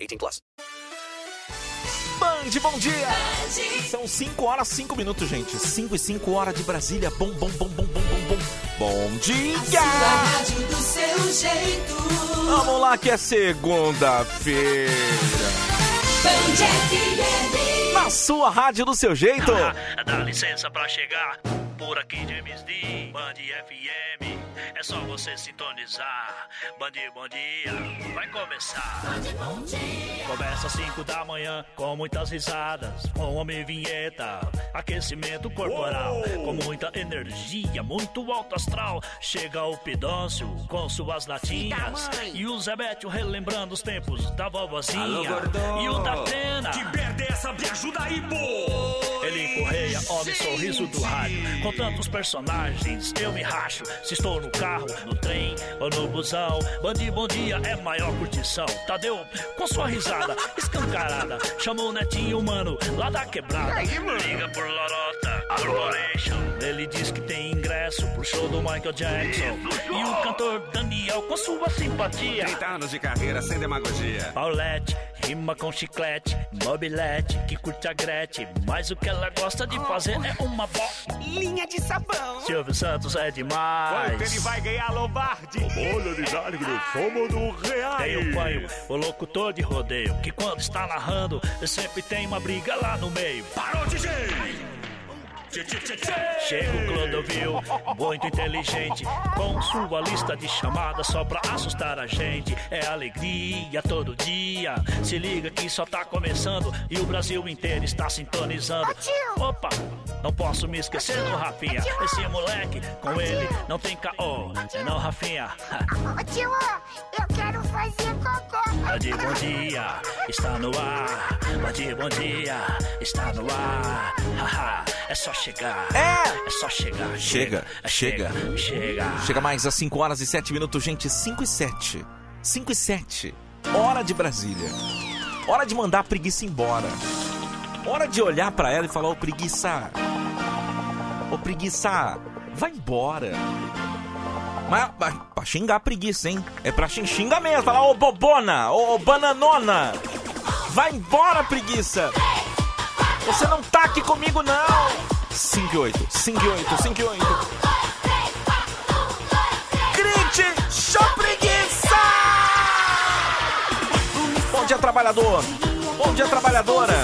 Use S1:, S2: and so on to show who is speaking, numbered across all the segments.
S1: 18 plus.
S2: Band, bom dia! São 5 horas, 5 minutos, gente. 5 e 5 horas de Brasília. Bom, bom, bom, bom, bom, bom, bom. Bom dia!
S3: do seu jeito.
S2: Vamos lá que é segunda-feira.
S3: Band FM.
S2: Na sua rádio do seu jeito.
S4: Ah, Dá licença pra chegar por aqui, James D. Band FM. É só você sintonizar. Band, bom dia. Vai começar. Começa às 5 da manhã com muitas risadas. Com um homem vinheta. Aquecimento corporal. Com muita energia, muito alto astral. Chega o Pidócio com suas latinhas. E o Zé Bétio relembrando os tempos da vovozinha. e o da Atena. Ele correia, homem, sorriso do rádio. Com tantos personagens, eu me racho. Se estou no carro, no trem ou no busão. Bandi, bom dia, é maior curtição. Tadeu, com sua risada escancarada, chamou o netinho humano lá da quebrada. Liga por Lorota, Corporation. Ele diz que tem ingresso pro show do Michael Jackson. E o cantor Daniel, com sua simpatia.
S5: 30 anos de carreira sem demagogia.
S4: Paulette, rima com chiclete, mobilete, que curte a Gretchen. Mas o que ela gosta de fazer é uma bolinha de sabão. Silvio Santos é demais.
S5: ganhar Lombardi. Olha de Zagre, somos do Real.
S4: Tem o Panho, o locutor de rodeio, que quando está narrando, sempre tem uma briga lá no meio. Parou, DJ! Chega o Clodovil, muito inteligente, com sua lista de chamadas só pra assustar a gente. É alegria todo dia. Se liga que só tá começando e o Brasil inteiro está sintonizando. Opa, não posso me esquecer do Rafinha. Esse moleque, com ele, não tem caô. É não, Rafinha.
S6: Ô tio, eu quero fazer cocô.
S4: Bande bom um dia, está no ar. Bande bom dia, está no ar. Haha, é só chegar.
S2: É.
S4: É só chegar.
S2: Chega,
S4: é
S2: chega.
S4: Chega. chega.
S2: Chega mais às 5 horas e 7 minutos, gente. 5 e 7. 5 e 7. Hora de Brasília. Hora de mandar a preguiça embora. Hora de olhar pra ela e falar, ô preguiça. Ô preguiça, vai embora. Mas, mas pra xingar a preguiça, hein? É pra xin- xingar mesmo. Falar, ô bobona, ô bananona. Vai embora, preguiça. Você não tá aqui comigo, não. 5 e 8, 5 e 8, 5 e 8. Crite Show Preguiça! Bom dia, trabalhador! Bom dia, trabalhadora!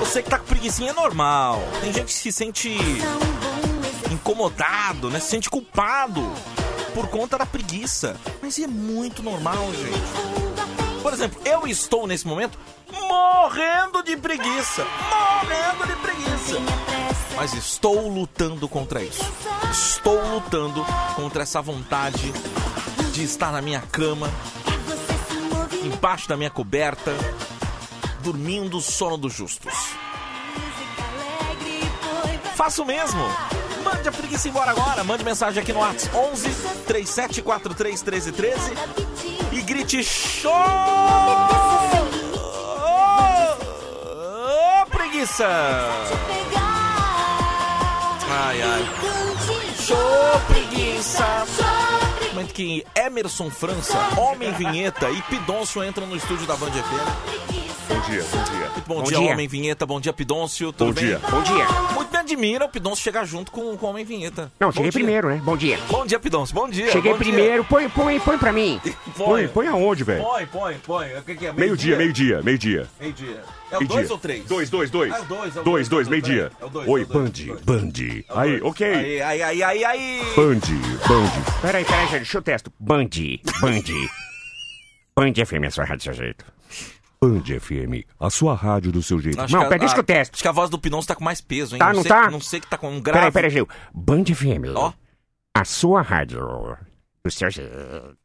S2: Você que tá com preguiçinha é normal. Tem gente que se sente incomodado, né? Se sente culpado por conta da preguiça. Mas é muito normal, gente. Por exemplo, eu estou nesse momento morrendo de preguiça. Morrendo de preguiça. Mas estou lutando contra isso. Estou lutando contra essa vontade de estar na minha cama, embaixo da minha coberta, dormindo o sono dos justos. Faça o mesmo. Mande a preguiça embora agora. Mande mensagem aqui no WhatsApp 11 3743 1313 e grite show! Ô, preguiça! Ai, ai. Show, preguiça! Momento que Emerson França, Homem Vinheta e Pidoncio entram no estúdio da Band FM.
S5: Bom dia, bom dia.
S2: Muito bom, dia, Homem Vinheta. Bom dia, Pidoncio. Tudo
S5: Bom
S2: bem?
S5: dia. Bom dia.
S2: Muito bem, admira o Pidonço chegar junto com, com o Homem Vinheta.
S4: Não,
S2: Bom
S4: cheguei
S2: dia.
S4: primeiro, né? Bom dia.
S2: Bom dia, Pidonço. Bom dia.
S4: cheguei
S2: bom dia.
S4: primeiro. Põe, põe, põe pra mim.
S2: Põe.
S4: põe aonde, velho?
S2: Põe, põe, põe. O que, que é?
S1: Meio-dia, meio-dia, meio-dia.
S2: Meio-dia. É o
S1: Meio-dia.
S2: 2 ou 3?
S1: Dois, dois, dois.
S2: É o 2, é o
S1: dois,
S2: dois,
S1: dois,
S2: é o
S1: meio-dia.
S2: É o dois,
S1: Oi,
S2: é o dois,
S1: Bandi, Bandi. Aí, ok.
S2: Aí, aí, aí, aí, aí.
S4: Band, Band. Peraí, peraí, gente, deixa eu testo. Band, Band. Band FM, a sua rádio do seu jeito.
S1: Band FM, a sua rádio do seu jeito.
S2: Acho
S4: Não,
S2: que a-
S4: pera, deixa
S2: a-
S4: que eu testo.
S2: Acho que a voz do Pidonço tá com mais peso, hein?
S4: Tá, não
S2: sei,
S4: tá?
S2: Não sei que tá com um grave.
S4: Peraí, peraí, Gil. Band FM.
S2: Ó.
S4: A sua rádio do seu jeito.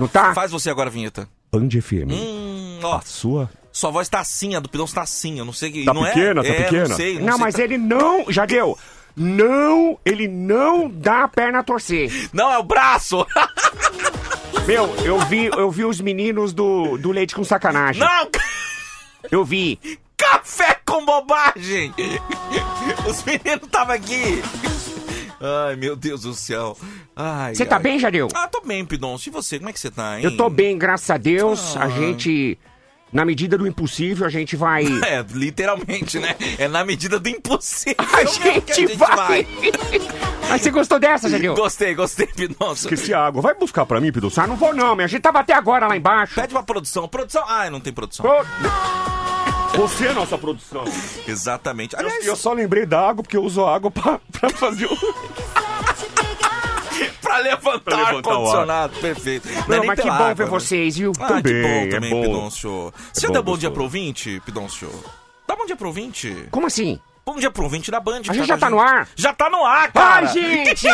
S4: Não tá?
S2: Faz você agora a vinheta.
S1: Band FM,
S2: Hum, ó.
S1: sua.
S2: Sua voz tá assim, a do Pidonço tá assim. Eu não sei que.
S1: Tá
S2: não
S1: pequena,
S2: é?
S1: tá
S2: é,
S1: pequena.
S2: Não, sei,
S4: Não,
S2: sei
S4: mas
S2: tá-
S4: ele não, já deu. Não, ele não dá a perna a torcer.
S2: Não, é o braço!
S4: Meu, eu vi, eu vi os meninos do, do leite com sacanagem.
S2: Não!
S4: Eu vi.
S2: Café com bobagem! Os meninos estavam aqui! Ai, meu Deus do céu. Ai,
S4: Você tá
S2: ai.
S4: bem, Jadeu?
S2: Ah, tô bem, Pidonço. E você, como é que você tá, hein?
S4: Eu tô bem, graças a Deus.
S2: Ah.
S4: A gente, na medida do impossível, a gente vai.
S2: É, literalmente, né? É na medida do impossível.
S4: A gente, vai. Mas você gostou dessa, Jadeu?
S2: Gostei, gostei, Pidonço.
S1: Esqueci a água. Vai buscar pra mim, Pidonço.
S4: Ah, não vou não, meu. A gente tava até agora lá embaixo.
S2: Pede pra produção. Produção. Ah, não tem produção.
S4: Ô,
S1: Você é nossa produção.
S2: Exatamente.
S1: Eu,
S2: Aliás,
S1: eu só lembrei da água porque eu uso a água pra, pra fazer o.
S2: pra
S1: Pra
S2: levantar
S1: levantar
S2: o tá ar-condicionado. Perfeito. é
S4: Não,
S2: nem
S4: mas que
S2: pela
S4: bom
S2: água,
S4: ver
S2: né?
S4: vocês, viu?
S2: Ah,
S1: Também,
S2: que bom
S1: é
S2: também,
S1: bom.
S2: Pidoncio. Você
S4: É
S1: bom,
S2: dá bom dia
S1: gostoso.
S2: pro ouvinte, Pidoncio? Dá bom dia pro ouvinte?
S4: Como assim?
S2: Bom dia pro ouvinte da Band. que
S4: A gente já
S2: com
S4: tá no ar?
S2: Já tá no ar,
S4: Ai,
S2: cara.
S4: gente!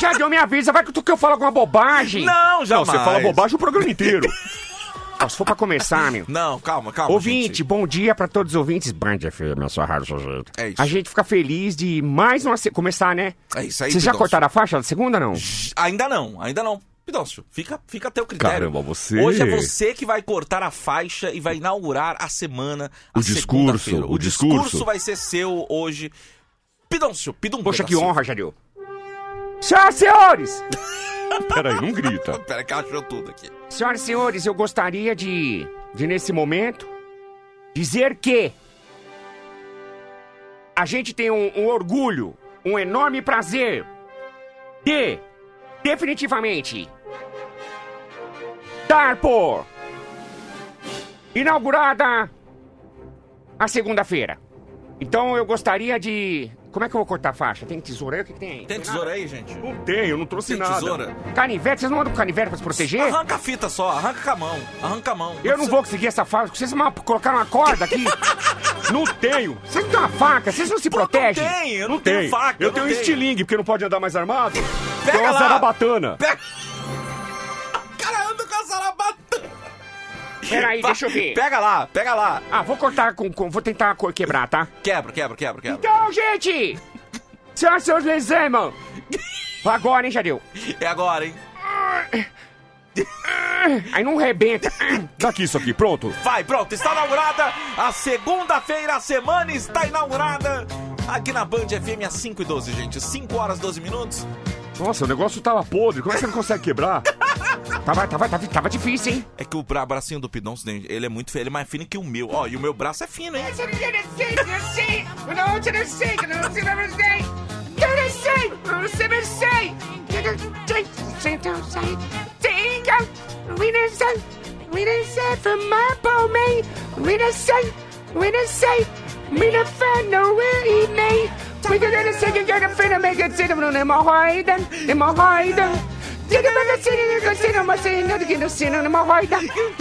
S4: Jadeu, me avisa, vai que tu que eu falo alguma bobagem.
S2: Não, já
S1: Não, você fala bobagem o programa inteiro.
S4: Ó, Ah, se for pra começar, meu.
S2: Não, calma, calma,
S4: Ouvinte,
S2: gente.
S4: bom dia pra todos os ouvintes. Band FM, a sua rádio, seu jeito.
S2: É isso.
S4: A gente fica feliz de mais uma... se- Começar, né?
S2: É isso aí,
S4: Vocês já
S2: Pidoncio.
S4: cortaram a faixa da segunda, não?
S2: Ainda não, ainda não. Pidoncio, fica, fica a teu critério.
S1: Caramba, você-
S2: Hoje é você que vai cortar a faixa e vai inaugurar a semana, a
S1: O discurso,
S2: segunda-feira.
S1: o
S2: O discurso.
S1: discurso.
S2: vai ser seu hoje. Pidoncio, pida um
S4: Poxa, que
S2: pedacinho.
S4: honra, Jadeu. Senhoras e senhores!
S1: Peraí, não grita.
S2: Pera que achou tudo aqui.
S4: Senhoras e senhores, eu gostaria de, de nesse momento, dizer que a gente tem um, um orgulho, um enorme prazer de, definitivamente, dar por inaugurada a segunda-feira. Então eu gostaria de. Como é que eu vou cortar a faixa? Tem tesoura aí? O que, que tem aí?
S2: Tem tesoura aí, gente?
S1: Não tem, eu não trouxe
S2: Tem
S1: nada.
S2: tesoura?
S4: Canivete? Vocês não andam com canivete pra se proteger?
S2: Arranca a fita só, arranca com a mão, arranca a mão.
S4: Eu não
S2: precisa-
S4: vou conseguir essa faca. Vocês mal colocaram uma corda aqui.
S1: Não tenho.
S4: Vocês não têm uma faca, vocês não se
S2: Pô, Não
S4: protegem.
S2: tem, eu não,
S1: Não tem.
S2: tenho faca.
S1: eu
S4: um
S1: tenho
S2: não
S1: estilingue, porque não pode andar mais armado.
S2: Pega
S1: tem uma
S2: lá.
S1: zarabatana.
S2: Pega... O cara anda com a zarabatana. Vai,
S4: Peraí, deixa eu ver.
S2: Pega lá, pega lá.
S4: Ah, vou cortar com. com- vou tentar co- quebrar, tá?
S2: Quebra, quebra, quebra, quebra.
S4: Então, gente! Senhoras e senhores, ladies and gentlemen, Vai agora, hein, Jadeu?
S2: É agora, hein?
S4: Aí não rebenta.
S2: Tá
S1: Daqui isso aqui, pronto.
S2: Vai, pronto, está inaugurada a segunda-feira, a semana está inaugurada aqui na Band FM às 5 e 12, gente. 5 horas 12 minutos.
S1: Nossa, o negócio tava podre. Como é que você não consegue quebrar?
S4: Tava, tava, tava, tá, tava difícil, hein?
S2: É que o bra- bracinho do Pidon, ele é muito fino, ele é mais fino que o meu. Ó, e o meu braço é fino, hein?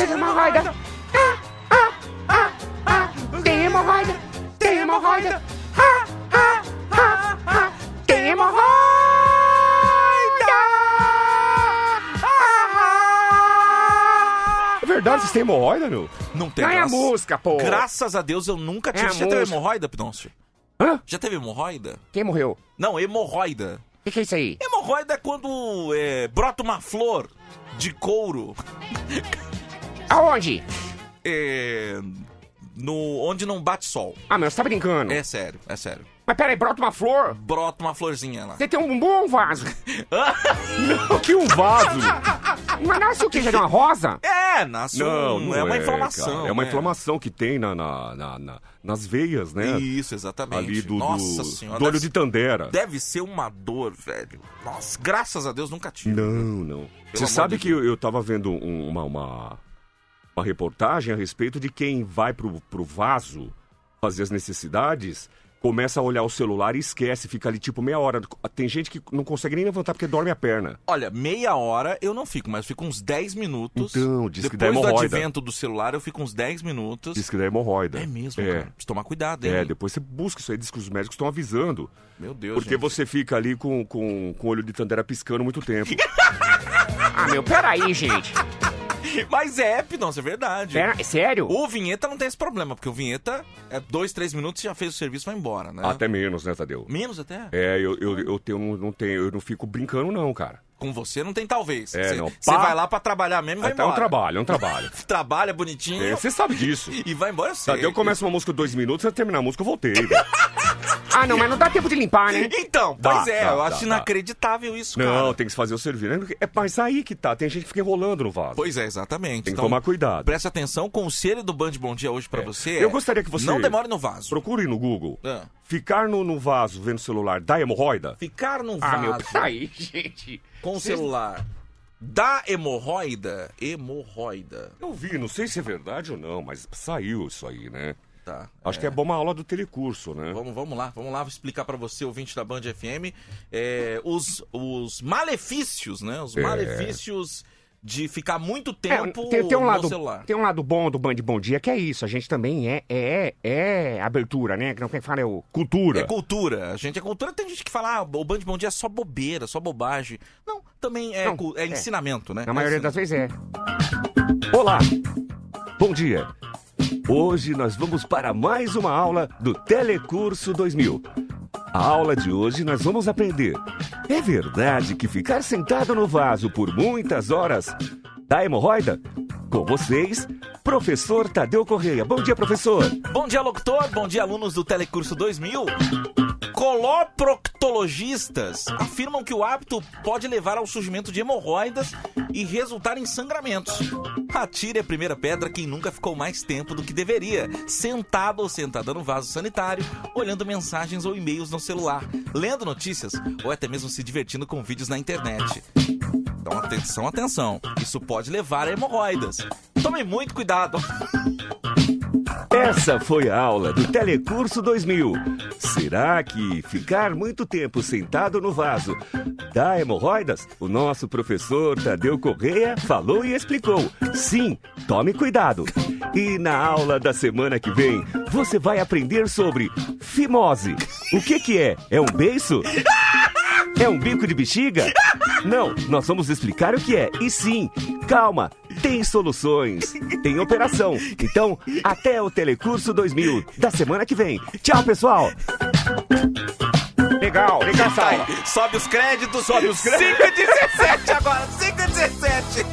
S4: Ah, ah, ah, ah, tem hemorroida, tem hemorroida. Ah, ah, ah, ah, tem hemorroida. Ah, ah.
S1: É verdade, vocês têm hemorroida, meu?
S2: Não tem
S4: Ganha a
S2: graça.
S4: música, pô.
S2: Graças a Deus eu nunca tive.
S4: É a
S2: Você já teve
S4: música.
S2: hemorroida, Pidoncio?
S4: Hã?
S2: Já teve hemorroida?
S4: Quem morreu?
S2: Não, hemorroida.
S4: O que, que é isso aí?
S2: Hemorroida é quando é, brota uma flor de couro
S4: Aonde?
S2: é, no, onde não bate sol.
S4: Ah, meu, você tá brincando.
S2: É sério, é sério.
S4: Mas peraí, brota uma flor.
S2: Brota uma florzinha lá.
S4: Você tem um bom vaso.
S1: Que um vaso.
S7: Mas
S4: é assim
S7: nasce o quê? Já deu uma rosa?
S2: É, nasce
S4: Não,
S2: um-
S4: não
S2: é
S4: é,
S2: uma inflamação,
S4: cara. É uma
S2: né?
S4: inflamação que tem na, na- na- na- nas veias, né?
S2: Isso, exatamente.
S4: Ali do, do-
S2: Nossa senhora.
S4: do olho
S2: deve-
S4: de Tandera.
S2: Deve ser uma dor, velho. Nossa, graças a Deus nunca tive.
S4: Não, não. Você
S2: amor
S4: sabe
S2: de
S4: que eu, eu tava vendo um- uma, uma, uma reportagem a respeito de quem vai pro, pro vaso fazer as necessidades, começa a olhar o celular e esquece, fica ali tipo meia hora. Tem gente que não consegue nem levantar porque dorme a perna.
S2: Olha, meia hora eu não fico, mas eu fico uns 10 minutos.
S4: Então, diz que dá
S2: Depois do
S4: hemorroida.
S2: advento do celular, eu fico uns 10 minutos.
S4: Diz que dá hemorroida.
S2: É mesmo,
S4: é.
S2: cara. Precisa tomar cuidado, hein?
S4: É, depois você busca isso aí, diz que os médicos estão avisando.
S2: Meu Deus,
S4: Porque
S2: gente.
S4: você fica ali com, com, com o olho de Tandera piscando muito tempo.
S7: Ah, meu, peraí, gente.
S2: Mas é, Pidonça, é verdade.
S7: Pera, é sério?
S2: O Vinheta não tem esse problema, porque o Vinheta é dois, três minutos, já fez o serviço e vai embora, né?
S4: Até menos, né, Tadeu?
S2: Menos até?
S4: É, eu, eu, eu tenho, não- não tenho, eu não fico brincando, não, cara.
S2: Com você não tem talvez.
S4: É,
S2: Você
S4: não.
S2: você
S4: Pá.
S2: vai lá pra trabalhar mesmo e vai
S4: Até é
S2: embora.
S4: um trabalho, é um trabalho.
S2: Trabalha bonitinho.
S4: É, Você sabe disso.
S2: E vai embora, eu sei.
S4: Tadeu começa uma música dois minutos, antes de terminar a música eu voltei. velho.
S7: Ah, não, mas não dá tempo de limpar, né?
S2: Então,
S4: Dá,
S2: pois é,
S4: dá,
S2: eu
S4: dá,
S2: acho
S4: dá.
S2: inacreditável isso, cara.
S4: não, tem que fazer o serviço. né? É, mas aí que tá, tem gente que fica enrolando no vaso.
S2: Pois é, exatamente.
S4: Tem que
S2: Então,
S4: tomar cuidado.
S2: Presta atenção, o conselho do Band Bom Dia hoje pra você é...
S4: Eu gostaria que você-
S2: Não demore no vaso.
S4: Procure no Google.
S2: Ah.
S4: Ficar no, no vaso vendo celular dá hemorroida?
S2: Ficar num
S7: Ah,
S2: vaso
S7: meu, peraí, gente.
S2: com o
S7: Vocês-
S2: celular dá hemorroida? Hemorroida.
S4: Eu vi, não sei se é verdade ou não, mas saiu isso aí, né?
S2: Tá.
S4: Acho que é bom uma aula do telecurso, né?
S2: Vamos, vamos lá, vamos lá vou explicar pra você, ouvinte da Band FM, é, os, os malefícios, né? Os malefícios de ficar muito
S7: É,
S2: tempo
S7: tem, tem um
S2: no
S7: lado,
S2: celular.
S7: tem um lado bom do Band Bom Dia, que é isso. A gente também é, é, é abertura, né? Que não quem fala é o...
S4: Cultura.
S2: É cultura, a gente é cultura. Tem gente que fala, ah, o Band Bom Dia é só bobeira, só bobagem. Não, também é,
S7: Não,
S2: cu- é
S7: é.
S2: ensinamento, né?
S7: Na maioria
S2: É
S7: das
S2: ensinamento.
S7: vezes é.
S4: Olá! Bom dia! Hoje nós vamos para mais uma aula do Telecurso 2000. A aula de hoje nós vamos aprender. É verdade que ficar sentado no vaso por muitas horas dá hemorroida? Com vocês, professor Tadeu Correia. Bom dia, professor!
S2: Bom dia, locutor. Bom dia, alunos do Telecurso 2000. Coloproctologistas afirmam que o hábito pode levar ao surgimento de hemorroidas e resultar em sangramentos. Atire a primeira pedra quem nunca ficou mais tempo do que deveria, sentado ou sentada no vaso sanitário, olhando mensagens ou e-mails no celular, lendo notícias ou até mesmo se divertindo com vídeos na internet. Então atenção, atenção, isso pode levar a hemorroidas. Tome muito cuidado.
S4: Essa foi a aula do Telecurso 2000. Será que ficar muito tempo sentado no vaso dá hemorroidas? O nosso professor Tadeu Correia falou e explicou. Sim, tome cuidado. E na aula da semana que vem, você vai aprender sobre fimose. O que que é? É um beiço? É um bico de bexiga? Não, nós vamos explicar o que é. E sim, calma, tem soluções, tem operação. Então, até o Telecurso 2000 da semana que vem. Tchau, pessoal!
S7: Legal, legal essa aula.
S2: Tá. Sobe os créditos, sobe os créditos. 5 e 17 agora, 5 e 17.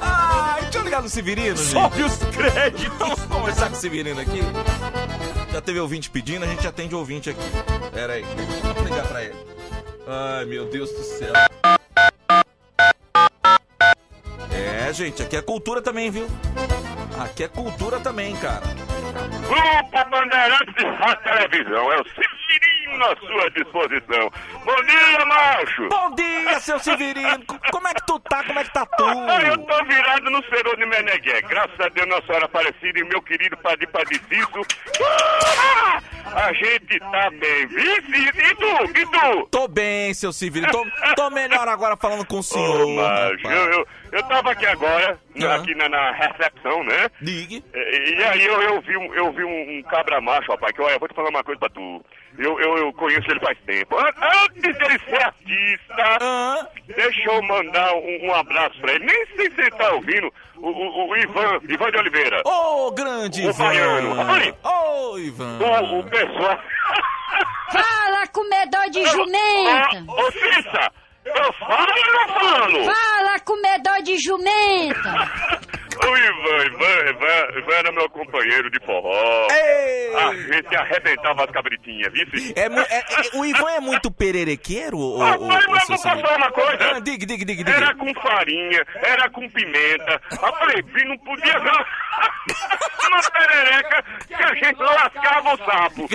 S2: Ai, deixa eu ligar no Severino, gente.
S4: Sobe os créditos!
S2: Vamos conversar com o Severino aqui. Já teve ouvinte pedindo, a gente atende ouvinte aqui. Pera aí, vamos ligar pra ele. Ai, meu Deus do céu. É, gente, aqui é cultura também, viu? Aqui é cultura também, cara.
S8: Grupo Bandeirantes de Rádio e Televisão, é o Severino à sua disposição. Bom dia, macho!
S2: Bom dia, seu Severino. Co- Como é que tu tá? Como é que tá
S8: Ah, eu
S2: tu?
S8: tô virado no cerô de Meneghé. Graças a Deus, Nossa Senhora Aparecida e meu querido Padre Padeciso. Ah, a gente tá bem, viu? Cid? E tu? E tu?
S2: Tô bem, seu Severino. Tô, tô melhor agora falando com o senhor.
S8: Ô, macho,
S2: rapaz.
S8: eu, eu, eu tava aqui agora, na-
S2: Ah.
S8: aqui na, na recepção, né?
S2: Ligue.
S8: E, e aí eu, eu vi, um- eu vi um, um cabra macho, rapaz, que olha, eu vou te falar uma coisa pra tu. Eu, eu, eu conheço ele faz tempo. An- Antes dele ser artista,
S2: Ah,
S8: deixa eu mandar um, um abraço pra ele. Nem sei se ele tá ouvindo, o, o- o Ivan, Ivan de Oliveira.
S2: ô, grande
S8: O
S2: Ivan.
S8: baiano. Oi.
S2: Ô, Ivan.
S8: O, o pessoal...
S9: Fala, comedor de
S8: Ô,
S9: jumenta!
S8: ô, Cissa, eu falo ou não falo?
S9: Fala, comedor de jumenta!
S8: O Ivan, Ivan,
S4: Ivan, Ivan era meu companheiro de forró.
S2: Ei!
S4: A gente arrebentava as cabritinhas, viu?
S2: É mu- é- é- o Ivan é muito pererequeiro? Ou,
S4: Rapaz, mas vou falar uma coisa.
S2: Ah, diga, diga, diga. diga.
S4: Era com farinha, era com pimenta. A Plebi não podia dar uma perereca que a gente lascava o sapo.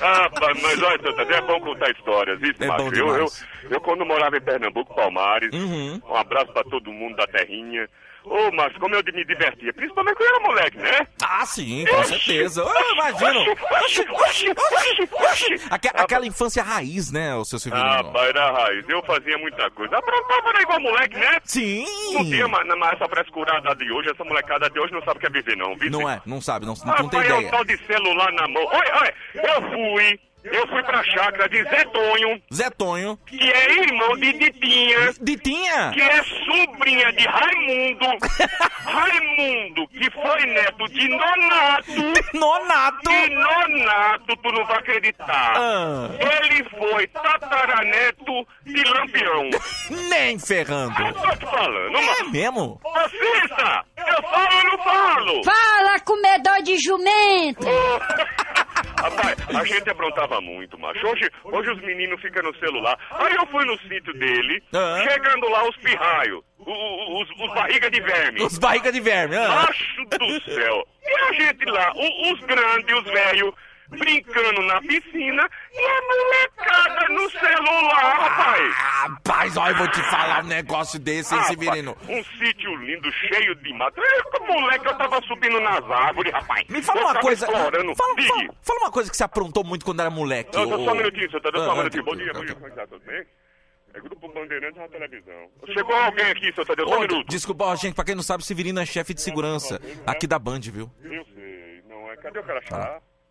S4: Ah, pa- mas olha, Santa, é bom contar histórias, isso,
S2: É
S4: Márcio?
S2: bom
S4: eu, eu,
S2: demais.
S4: eu, quando morava em Pernambuco, Palmares,
S2: Uhum.
S4: um abraço pra todo mundo da terrinha. Ô, Márcio, como eu me divertia, principalmente quando eu era moleque, né?
S2: Ah, sim, com certeza. Eu imagino.
S4: Oxi, oxi, oxi, oxi, oxi.
S2: Aque- aquela infância raiz, né, o seu Severino?
S4: Ah, pai da raiz, eu fazia muita coisa. Aprontava era igual moleque, né?
S2: Sim!
S4: Não tinha mais, mais essa frescurada de hoje, essa molecada de hoje não sabe o que é viver, não, viu?
S2: Não é, não sabe, não, não,
S4: Rapaz,
S2: tem
S4: é um
S2: ideia.
S4: tal de celular na mão. Olha, olha, eu fui, eu fui pra chácara de Zé Tonho,
S2: Zé Tonho.
S4: que é irmão de Ditinha.
S2: Ditinha?
S4: Que é sobrinha de Raimundo. Raimundo, que foi neto de Nonato.
S2: Nonato?
S4: De Nonato, tu não vai acreditar.
S2: Ah.
S4: Ele foi tataraneto de Lampião.
S2: Nem ferrando.
S4: Eu tô te falando,
S2: É
S4: mano.
S2: mesmo?
S4: Ô, Cissa, eu falo ou não falo?
S10: Fala, comedor de jumento!
S4: Rapaz, a gente aprontava muito, macho. Hoje, hoje os meninos ficam no celular. Aí eu fui no sítio dele,
S2: Ah.
S4: chegando lá os pirraio, o- o- os, os barriga de verme.
S2: Os barriga de verme. Ah.
S4: Macho do céu. E a gente lá, o- os grandes, os velhos, brincando na piscina e a molecada no celular, rapaz.
S2: Rapaz, olha, eu vou te falar um negócio desse, hein,
S4: Rapaz,
S2: Severino.
S4: Um sítio lindo, cheio de mato. Eu, como moleque, eu tava subindo nas árvores, rapaz.
S2: Me fala
S4: eu
S2: uma
S4: tava
S2: coisa. Fala,
S4: Explorando. Diga.
S2: fala- fala uma coisa que você aprontou muito quando era moleque.
S4: Não, só-
S2: ô-
S4: só um minutinho, senhor. Só
S2: Ah,
S4: um minutinho. Bom
S2: tá,
S4: dia,
S2: tá,
S4: bom
S2: tá.
S4: dia, como é que tá? Tudo bem? É Grupo Bandeirantes na televisão. Chegou alguém aqui, senhor Tadeu? Só um
S2: Ô,
S4: minuto.
S2: desculpa, ó, gente, pra quem não sabe, Severino é chefe de segurança aqui da Band, viu?
S4: Eu sei, não é. Cadê o
S2: Ah.
S4: crachá?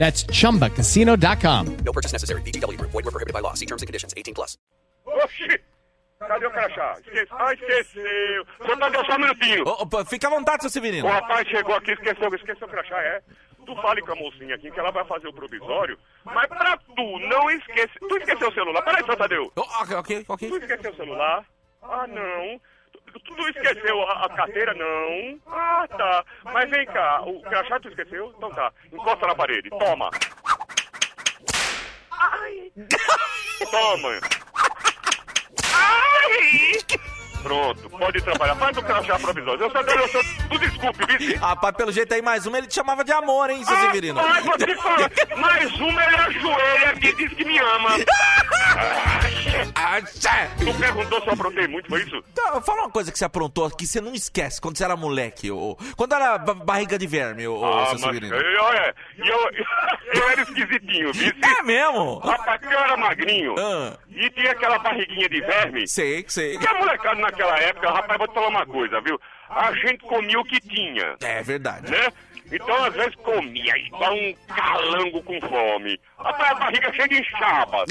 S11: That's chumbacasino.com.
S1: No purchase necessary. VGW Group. Void were prohibited by law. See terms and conditions. 18 plus.
S4: Oxi! Cadê o crachá? Esquece... Ah, esqueceu! Senhor Tadeu, só um minutinho.
S2: Ô, ô, pô, fica à vontade, seu Severino.
S4: O rapaz chegou aqui, esqueceu, esqueceu o crachá, é? Tu fale com a mocinha aqui que ela vai fazer o provisório, mas pra tu não esquece. Tu esqueceu o celular? Peraí, seu Tadeu.
S2: Ô, ok, ok, ok.
S4: Tu esqueceu o celular? Ah, não. Tu, tu- tu esqueceu a, a carteira? Não. Ah, tá. Mas vem cá, o crachá tu esqueceu? Então tá. Encosta na parede. Toma. Ai. Toma. Ai. Pronto, pode trabalhar. Faz o crachá provisório. Eu só eu só... Tu desculpe, Ah, viu?
S2: Rapaz, pelo jeito aí, mais uma ele te chamava de amor, hein, seu Severino?
S4: Rapaz, vou te falar. Mais uma ele ajoelha aqui e diz que me ama.
S2: Ah, tchá.
S4: Tu perguntou se eu aprontei muito, foi isso?
S2: Tá, fala uma coisa que você aprontou que você não esquece quando você era moleque, ô. ô. Quando era ba- barriga de verme, ô, ô,
S4: Ah,
S2: seu
S4: mas
S2: Severino.
S4: eu, olha, e eu, eu era esquisitinho, viu?
S2: É mesmo?
S4: Rapaz, eu era magrinho
S2: Ah.
S4: e tinha aquela barriguinha de verme.
S2: Sei, sei.
S4: E a molecada naquela época, rapaz, vou te falar uma coisa, viu? A gente comia o que tinha,
S2: É verdade.
S4: né? Então, às vezes, comia igual um calango com fome. Rapaz, a barriga cheia de inchava.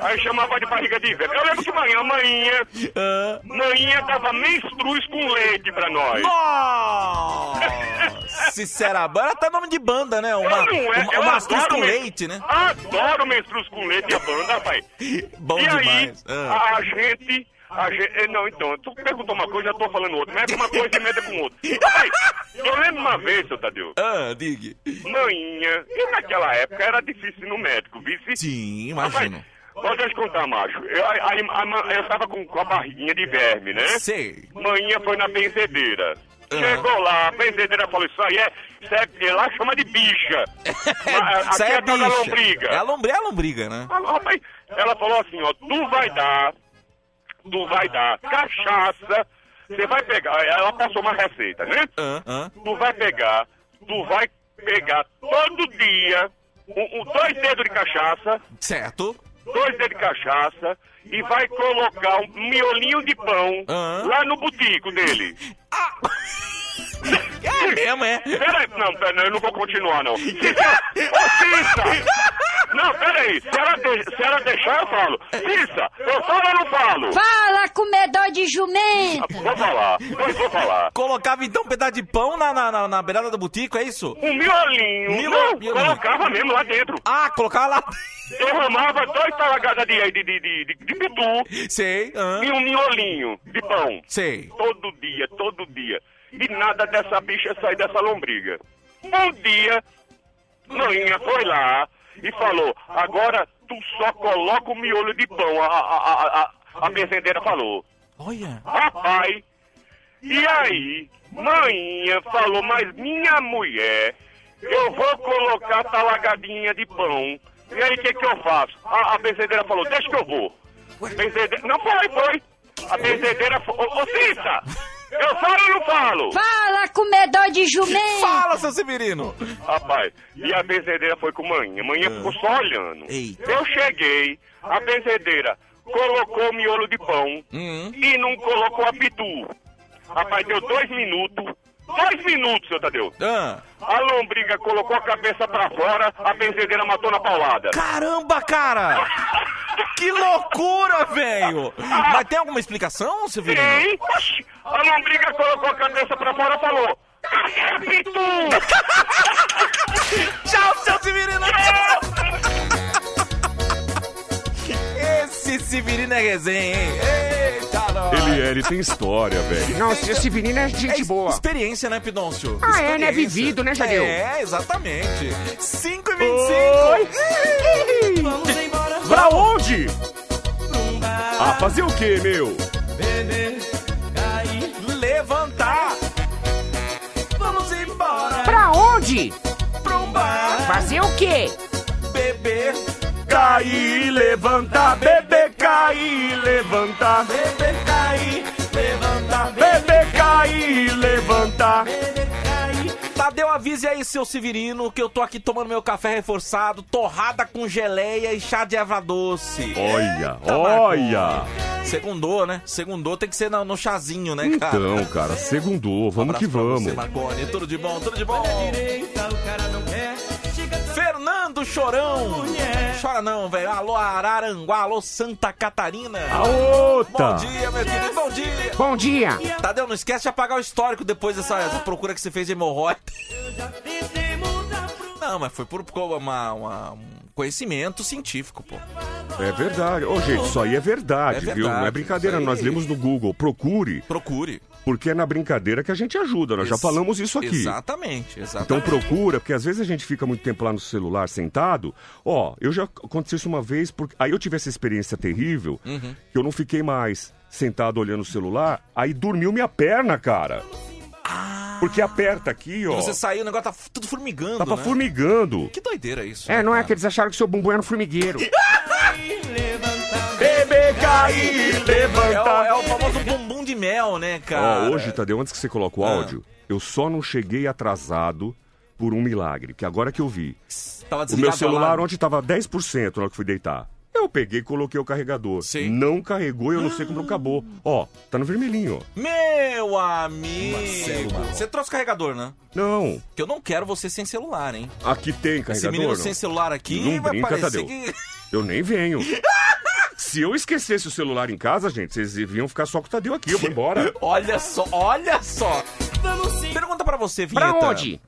S4: Aí chamava de barriga de verme. Eu lembro que manhã, manhã,
S2: Ah.
S4: manhã dava menstruz com leite pra nós.
S2: Nossa! Sincerabana tá nome de banda, né? Uma,
S4: Eu não é,
S2: uma,
S4: eu
S2: uma astruz
S4: adoro
S2: com
S4: men-
S2: leite, né?
S4: Adoro menstruz com leite e a banda, rapaz.
S2: Bom
S4: e
S2: demais.
S4: aí,
S2: Ah.
S4: a gente. A gente eh, não, então, tu perguntou uma coisa, eu tô falando outra. Mete uma coisa e mete com outra. Rapaz, eu lembro uma vez, seu Tadeu,
S2: Ah, diga.
S4: manhinha, e naquela época era difícil ir no médico, vice?
S2: Sim,
S4: Rapaz,
S2: imagino.
S4: pode eu te contar, macho. Eu, a, a- a ma- eu tava com, com a barriguinha de verme, né?
S2: Sei.
S4: Manhinha foi na benzedeira.
S2: Aham.
S4: Chegou lá, a benzedeira falou, isso aí é, isso é- lá chama de bicha. Mas,
S2: Isso aí
S4: Ah, aqui
S2: é
S4: a tal da
S2: bicha.
S4: lombriga.
S2: É a lombriga, é a lombriga, né?
S4: Ah, Rapaz, ela falou assim, ó, tu vai dar, tu vai dar cachaça, você vai pegar, ela passou uma receita, né?
S2: Ah, ah.
S4: Tu vai pegar, tu vai pegar todo dia um, um- dois dedos de cachaça,
S2: Certo.
S4: dois dedos de cachaça, e vai colocar um miolinho de pão
S2: Aham.
S4: lá no botico dele.
S2: Ah! É mesmo, é.
S8: Peraí, não, peraí, eu não vou continuar, não. Se, se, ô, Cissa! Não, peraí, se ela, de, se ela deixar, eu falo. Cissa, eu falo ou não falo?
S9: Fala, comedor de jumento!
S8: Vou falar, pois vou falar.
S2: Colocava então um pedaço de pão na, na, na, na beirada do botico, é isso?
S8: Um miolinho,
S2: Milo-
S8: não,
S2: miolinho.
S8: colocava mesmo lá dentro.
S2: Ah, colocava lá.
S8: Derramava dois talagadas de, de, de, de, de pitu.
S2: Sei, ah.
S8: E um miolinho de pão.
S2: Sei.
S8: Todo dia, todo dia. E nada dessa bicha sair dessa lombriga. Um dia, Noinha foi lá e falou: agora tu só coloca o miolo de pão. A, a, a, a, a benzedeira falou:
S2: Olha.
S8: Rapaz, e aí? Maninha falou, mas minha mulher, eu vou colocar talagadinha de pão. E aí, o que, que eu faço? A, a benzedeira falou, deixa que eu vou. Benzedeira... Não, foi, foi. A benzedeira falou, ô, ô Cissa, eu falo ou não falo?
S9: Fala, comedor de jumento!
S2: Fala, seu Severino.
S8: Rapaz, e a benzedeira foi com manhã. Manhã
S4: Ah.
S8: ficou só olhando. Eu cheguei, a benzedeira colocou o miolo de pão
S4: Hum.
S8: e não colocou a pitu. Rapaz, deu dois minutos. Dois minutos, seu Tadeu. A lombriga colocou a cabeça pra fora, a benzedeira matou na paulada.
S2: Caramba, cara! Que loucura, velho! Mas tem alguma explicação, Severino?
S8: Sim, oxi, a lombriga colocou a cabeça pra fora e falou... "Cadê a Pitu!
S2: Tchau, seu Severino! Esse Severino é resenha, hein? Eita, nós.
S4: Ele é, ele tem história, velho.
S7: Não, esse menino é gente
S2: ex-
S7: boa.
S2: Experiência, né, Pidoncio?
S7: Ah, é, né?
S2: Experiência.
S7: Vivido, né, Jadeu?
S2: É, exatamente. 5 e
S3: Vamos embora,
S2: 25. Pra onde?
S4: Ah, fazer o quê, meu?
S3: beber, cair.
S2: Levantar.
S3: Vamos embora,
S7: Pra onde?
S3: pra um bar.
S7: Fazer o quê?
S2: Beber.
S4: Cair, levantar, beber, cair, levantar,
S3: Beber, cair, levantar.
S4: beber, cair, levantar.
S3: Beber, cair.
S2: Tadeu, avise aí, seu Severino, que eu tô aqui tomando meu café reforçado, torrada com geleia e chá de erva doce.
S4: Olha,
S2: Eita,
S4: olha.
S2: Segundou, né? Segundou tem que ser no, no chazinho, né, cara?
S4: Então, cara, segundou, vamos que
S2: Abraço pra
S4: vamos.
S2: Você, Marconi. Tudo de bom, tudo de bom.
S3: Direita, o cara não quer. Chega da
S2: Fernando Chorão.
S3: mulher.
S2: Chora não, velho. Alô, Araranguá. Alô, Santa Catarina.
S4: A
S2: Bom
S4: outra.
S2: dia, meu querido. Bom dia.
S7: Bom dia.
S2: Tadeu, não esquece de apagar o histórico depois dessa essa procura que você fez de hemorroida.
S3: Tentei mudar pro
S2: Não, mas foi por por uma- uma- um conhecimento científico, pô.
S4: É verdade. Ô, gente, isso aí é
S2: É
S4: verdade,
S2: verdade,
S4: viu? Não é brincadeira,
S2: isso aí-
S4: nós lemos no Google, procure,
S2: Procure.
S4: porque é na brincadeira que a gente ajuda, nós já
S2: Ex-
S4: falamos isso aqui.
S2: Exatamente,
S4: Então
S2: exatamente.
S4: procura, porque às vezes a gente fica muito tempo lá no celular sentado. Ó, eu já aconteceu isso uma vez, porque aí eu tive essa experiência terrível
S2: Uhum.
S4: que eu não fiquei mais sentado olhando o celular, aí dormiu minha perna, cara. Porque aperta aqui, ó.
S2: Ah. Você saiu, o negócio tá f- tudo formigando,
S4: Tava
S2: né?
S4: formigando.
S2: Que doideira isso.
S7: É,
S2: né,
S7: não é
S2: cara?
S7: que eles acharam que seu bumbum era um formigueiro.
S4: Bebê cair,
S2: É o,
S7: tá-
S2: é
S4: levanta.
S2: o famoso bumbum de mel, né, cara?
S4: Ó, hoje, Tadeu, antes que você coloque o
S2: Ah.
S4: áudio, eu só não cheguei atrasado por um milagre, que agora que eu vi.
S2: Tava
S4: O meu
S2: desligado
S4: celular
S2: alarme.
S4: ontem tava 10% na hora que fui deitar. Eu peguei e coloquei o carregador.
S2: Sim.
S4: Não carregou e eu não sei como não acabou. Ó, tá no vermelhinho, ó.
S2: Meu amigo. Você trouxe carregador, né?
S4: Não,
S2: Que eu não quero você sem celular, hein?
S4: aqui tem
S2: Esse
S4: carregador.
S2: menino
S4: Não?
S2: sem celular aqui
S4: Não
S2: vai
S4: brinca,
S2: parecer
S4: Tadeu.
S2: que...
S4: Eu nem venho. Se eu esquecesse o celular em casa, gente, vocês deviam ficar só com o Tadeu aqui. Eu vou embora.
S2: Olha só, olha só. Pergunta pra você,
S7: Pra
S2: Vinheta.
S7: onde?